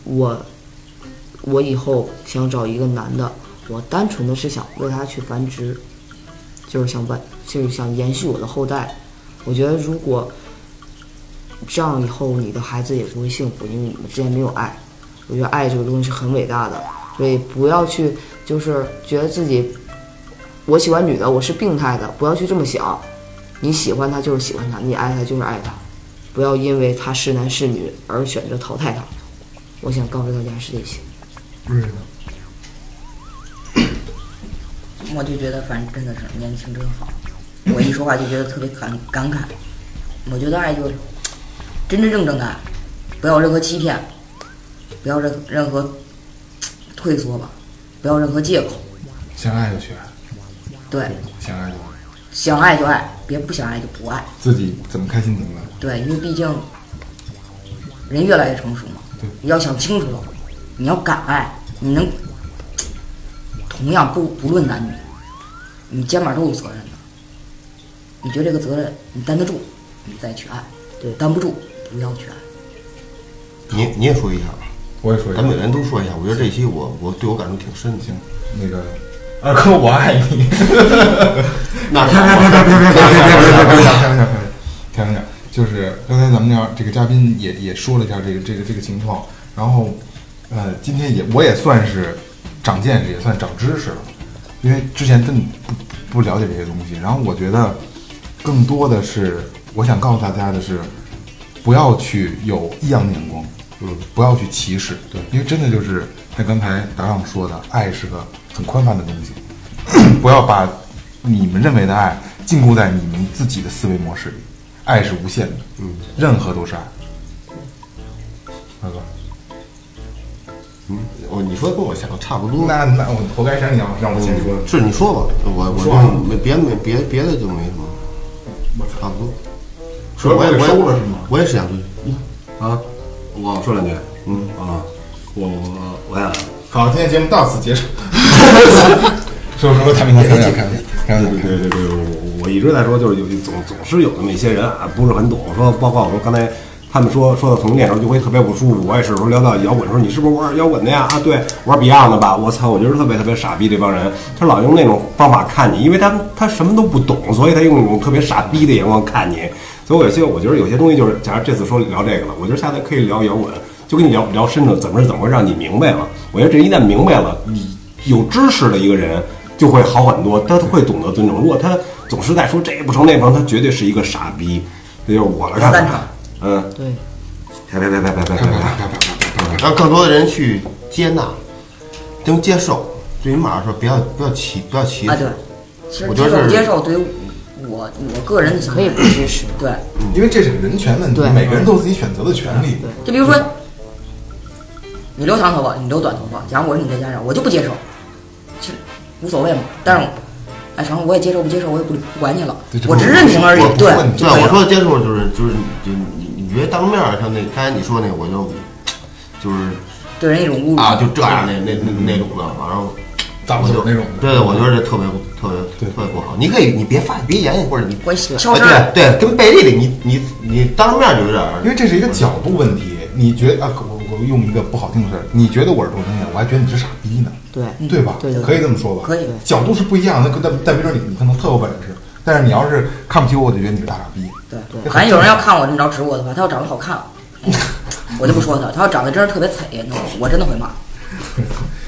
我我以后想找一个男的，我单纯的是想为他去繁殖，就是想把就是想延续我的后代。我觉得如果这样以后你的孩子也不会幸福，因为你们之间没有爱。我觉得爱这个东西是很伟大的，所以不要去就是觉得自己我喜欢女的，我是病态的，不要去这么想。你喜欢她就是喜欢她，你爱她就是爱她，不要因为她是男是女而选择淘汰她。我想告诉大家是这些。
我就觉得反正真的是年轻真好，我一说话就觉得特别感感慨。我觉得爱就是真真正正的爱，不要有任何欺骗，不要任任何退缩吧，不要任何借口。
想爱就去爱，
对，
想爱就爱。
想爱就爱，别不想爱就不爱。
自己怎么开心怎么来。
对，因为毕竟人越来越成熟嘛，
对
你要想清楚了，你要敢爱，你能同样不不论男女，你肩膀都有责任的。你觉得这个责任你担得住，你再去爱；
对
担不住不要去爱。
你你也说一下吧，
我也说一
咱们每
个，
个人都说一下。我觉得这期我我对我感触挺深的。行，
那个二哥，我爱你。
那
别别别别别别别别别别别别别别别别别！就是刚才咱们这样，这个嘉宾也也说了一下这个这个这个情况，然后呃，今天也我也算是长见识，也算长知识了，因为之前真不不了解这些东西。然后我觉得更多的是我想告诉大家的是，不要去有异样的眼光，嗯，不要去歧视，对，因为真的就是像刚才达浪说的，爱是个很宽泛的东西， 不要把你们认为的爱禁锢在你们自己的思维模式里，爱是无限的，嗯，任何都是爱。大哥，
哦，你说的跟我想的差不多。
那那我活该让你让让我先说，
是你说吧，我我
说啊
就没别的没别别的就没什么，差不多。
主要
我也
给
我也
收了是吗？
我也是想说，
啊，我说两句，嗯啊，我我我呀，
好，今天节目到此结束。说说说他们开玩笑，开玩笑，开玩笑，
对对对对，我我一直在说，就是有总总是有那么一些人啊，不是很懂，说包括我说刚才他们说说到同性恋的时候就会特别不舒服，我也是说聊到摇滚的时候，你是不是玩摇滚的呀？啊，对，玩 Beyond 的吧？我操，我觉得特别特别傻逼这帮人，他老用那种方法看你，因为他他什么都不懂，所以他用那种特别傻逼的眼光看你。所以我有些我觉得有些东西就是，假如这次说聊这个了，我觉得下次可以聊摇滚，就跟你聊聊深了，怎么是怎么会让你明白了？我觉得这一旦明白了，你有知识的一个人就会好很多，他会懂得尊重。如果他总是在说这不成那不成，他绝对是一个傻逼。这就是我了，看
赞成
看，嗯，
对，
别别别别别别别
让啊更多的人去接纳，能接受。对于马来说，不要不要歧不要歧视。
啊，对，其实
我觉
接
得
受
是
接受对于我我个人的想法
可以不支持。
对，
因为这是人权问题，
对
每个人都有自己选择的权利。
就比如说你留长头发，你留短头发，假如我是你的家长，我就不接受，其实无所谓嘛。但是我，哎，反正我也接受不接受，我也不不管你了
对，这
我
不
只认情而已
我。不
对
问，
就
对，
可以
我
了
说的接受就是就是就你你觉得当面儿像那刚才你说那，我就就是
对人一种侮辱
啊就这样那那那那种的，完了。
大
我
不
就
就那种的，
对对，我觉得这特别不特别特别不好。你可以，你别发，别言语或者你，
我消声
哎对对，跟背地里你你你当面就有点儿，
因为这是一个角度问题。你觉得啊，我我用一个不好听的事儿，你觉得我是同性恋，我还觉得你是傻逼呢，
对
对吧？
对对对
可以这么说吧？
可以
角度是不一样的，但但比如说你你可能特有本事，但是你要是看不起我，我就觉得你是大傻逼。
对，反正有人要看我这么着指我的话，他要长得好看，哎我就不说他；他要长得真是特别惨，那我我真的会骂。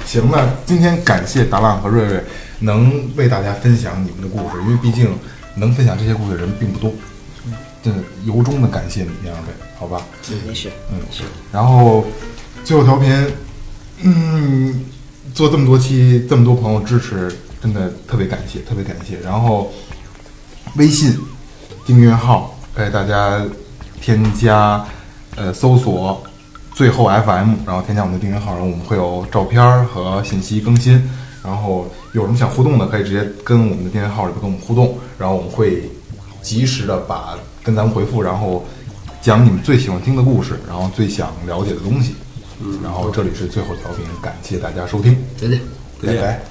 行，那今天感谢达浪和瑞瑞能为大家分享你们的故事，因为毕竟能分享这些故事的人并不多。
嗯
真的由衷的感谢你们两位，好吧？
没事。
嗯，然后最后调频，嗯，做这么多期，这么多朋友支持，真的特别感谢，特别感谢。然后微信订阅号给大家添加，呃，搜索最后 FM，然后添加我们的订阅号，然后我们会有照片儿和信息更新。然后有什么想互动的，可以直接跟我们的订阅号里边跟我们互动，然后我们会及时的把跟咱们回复，然后讲你们最喜欢听的故事，然后最想了解的东西。嗯，然后这里是最后调频，感谢大家收听，
对对。
拜拜。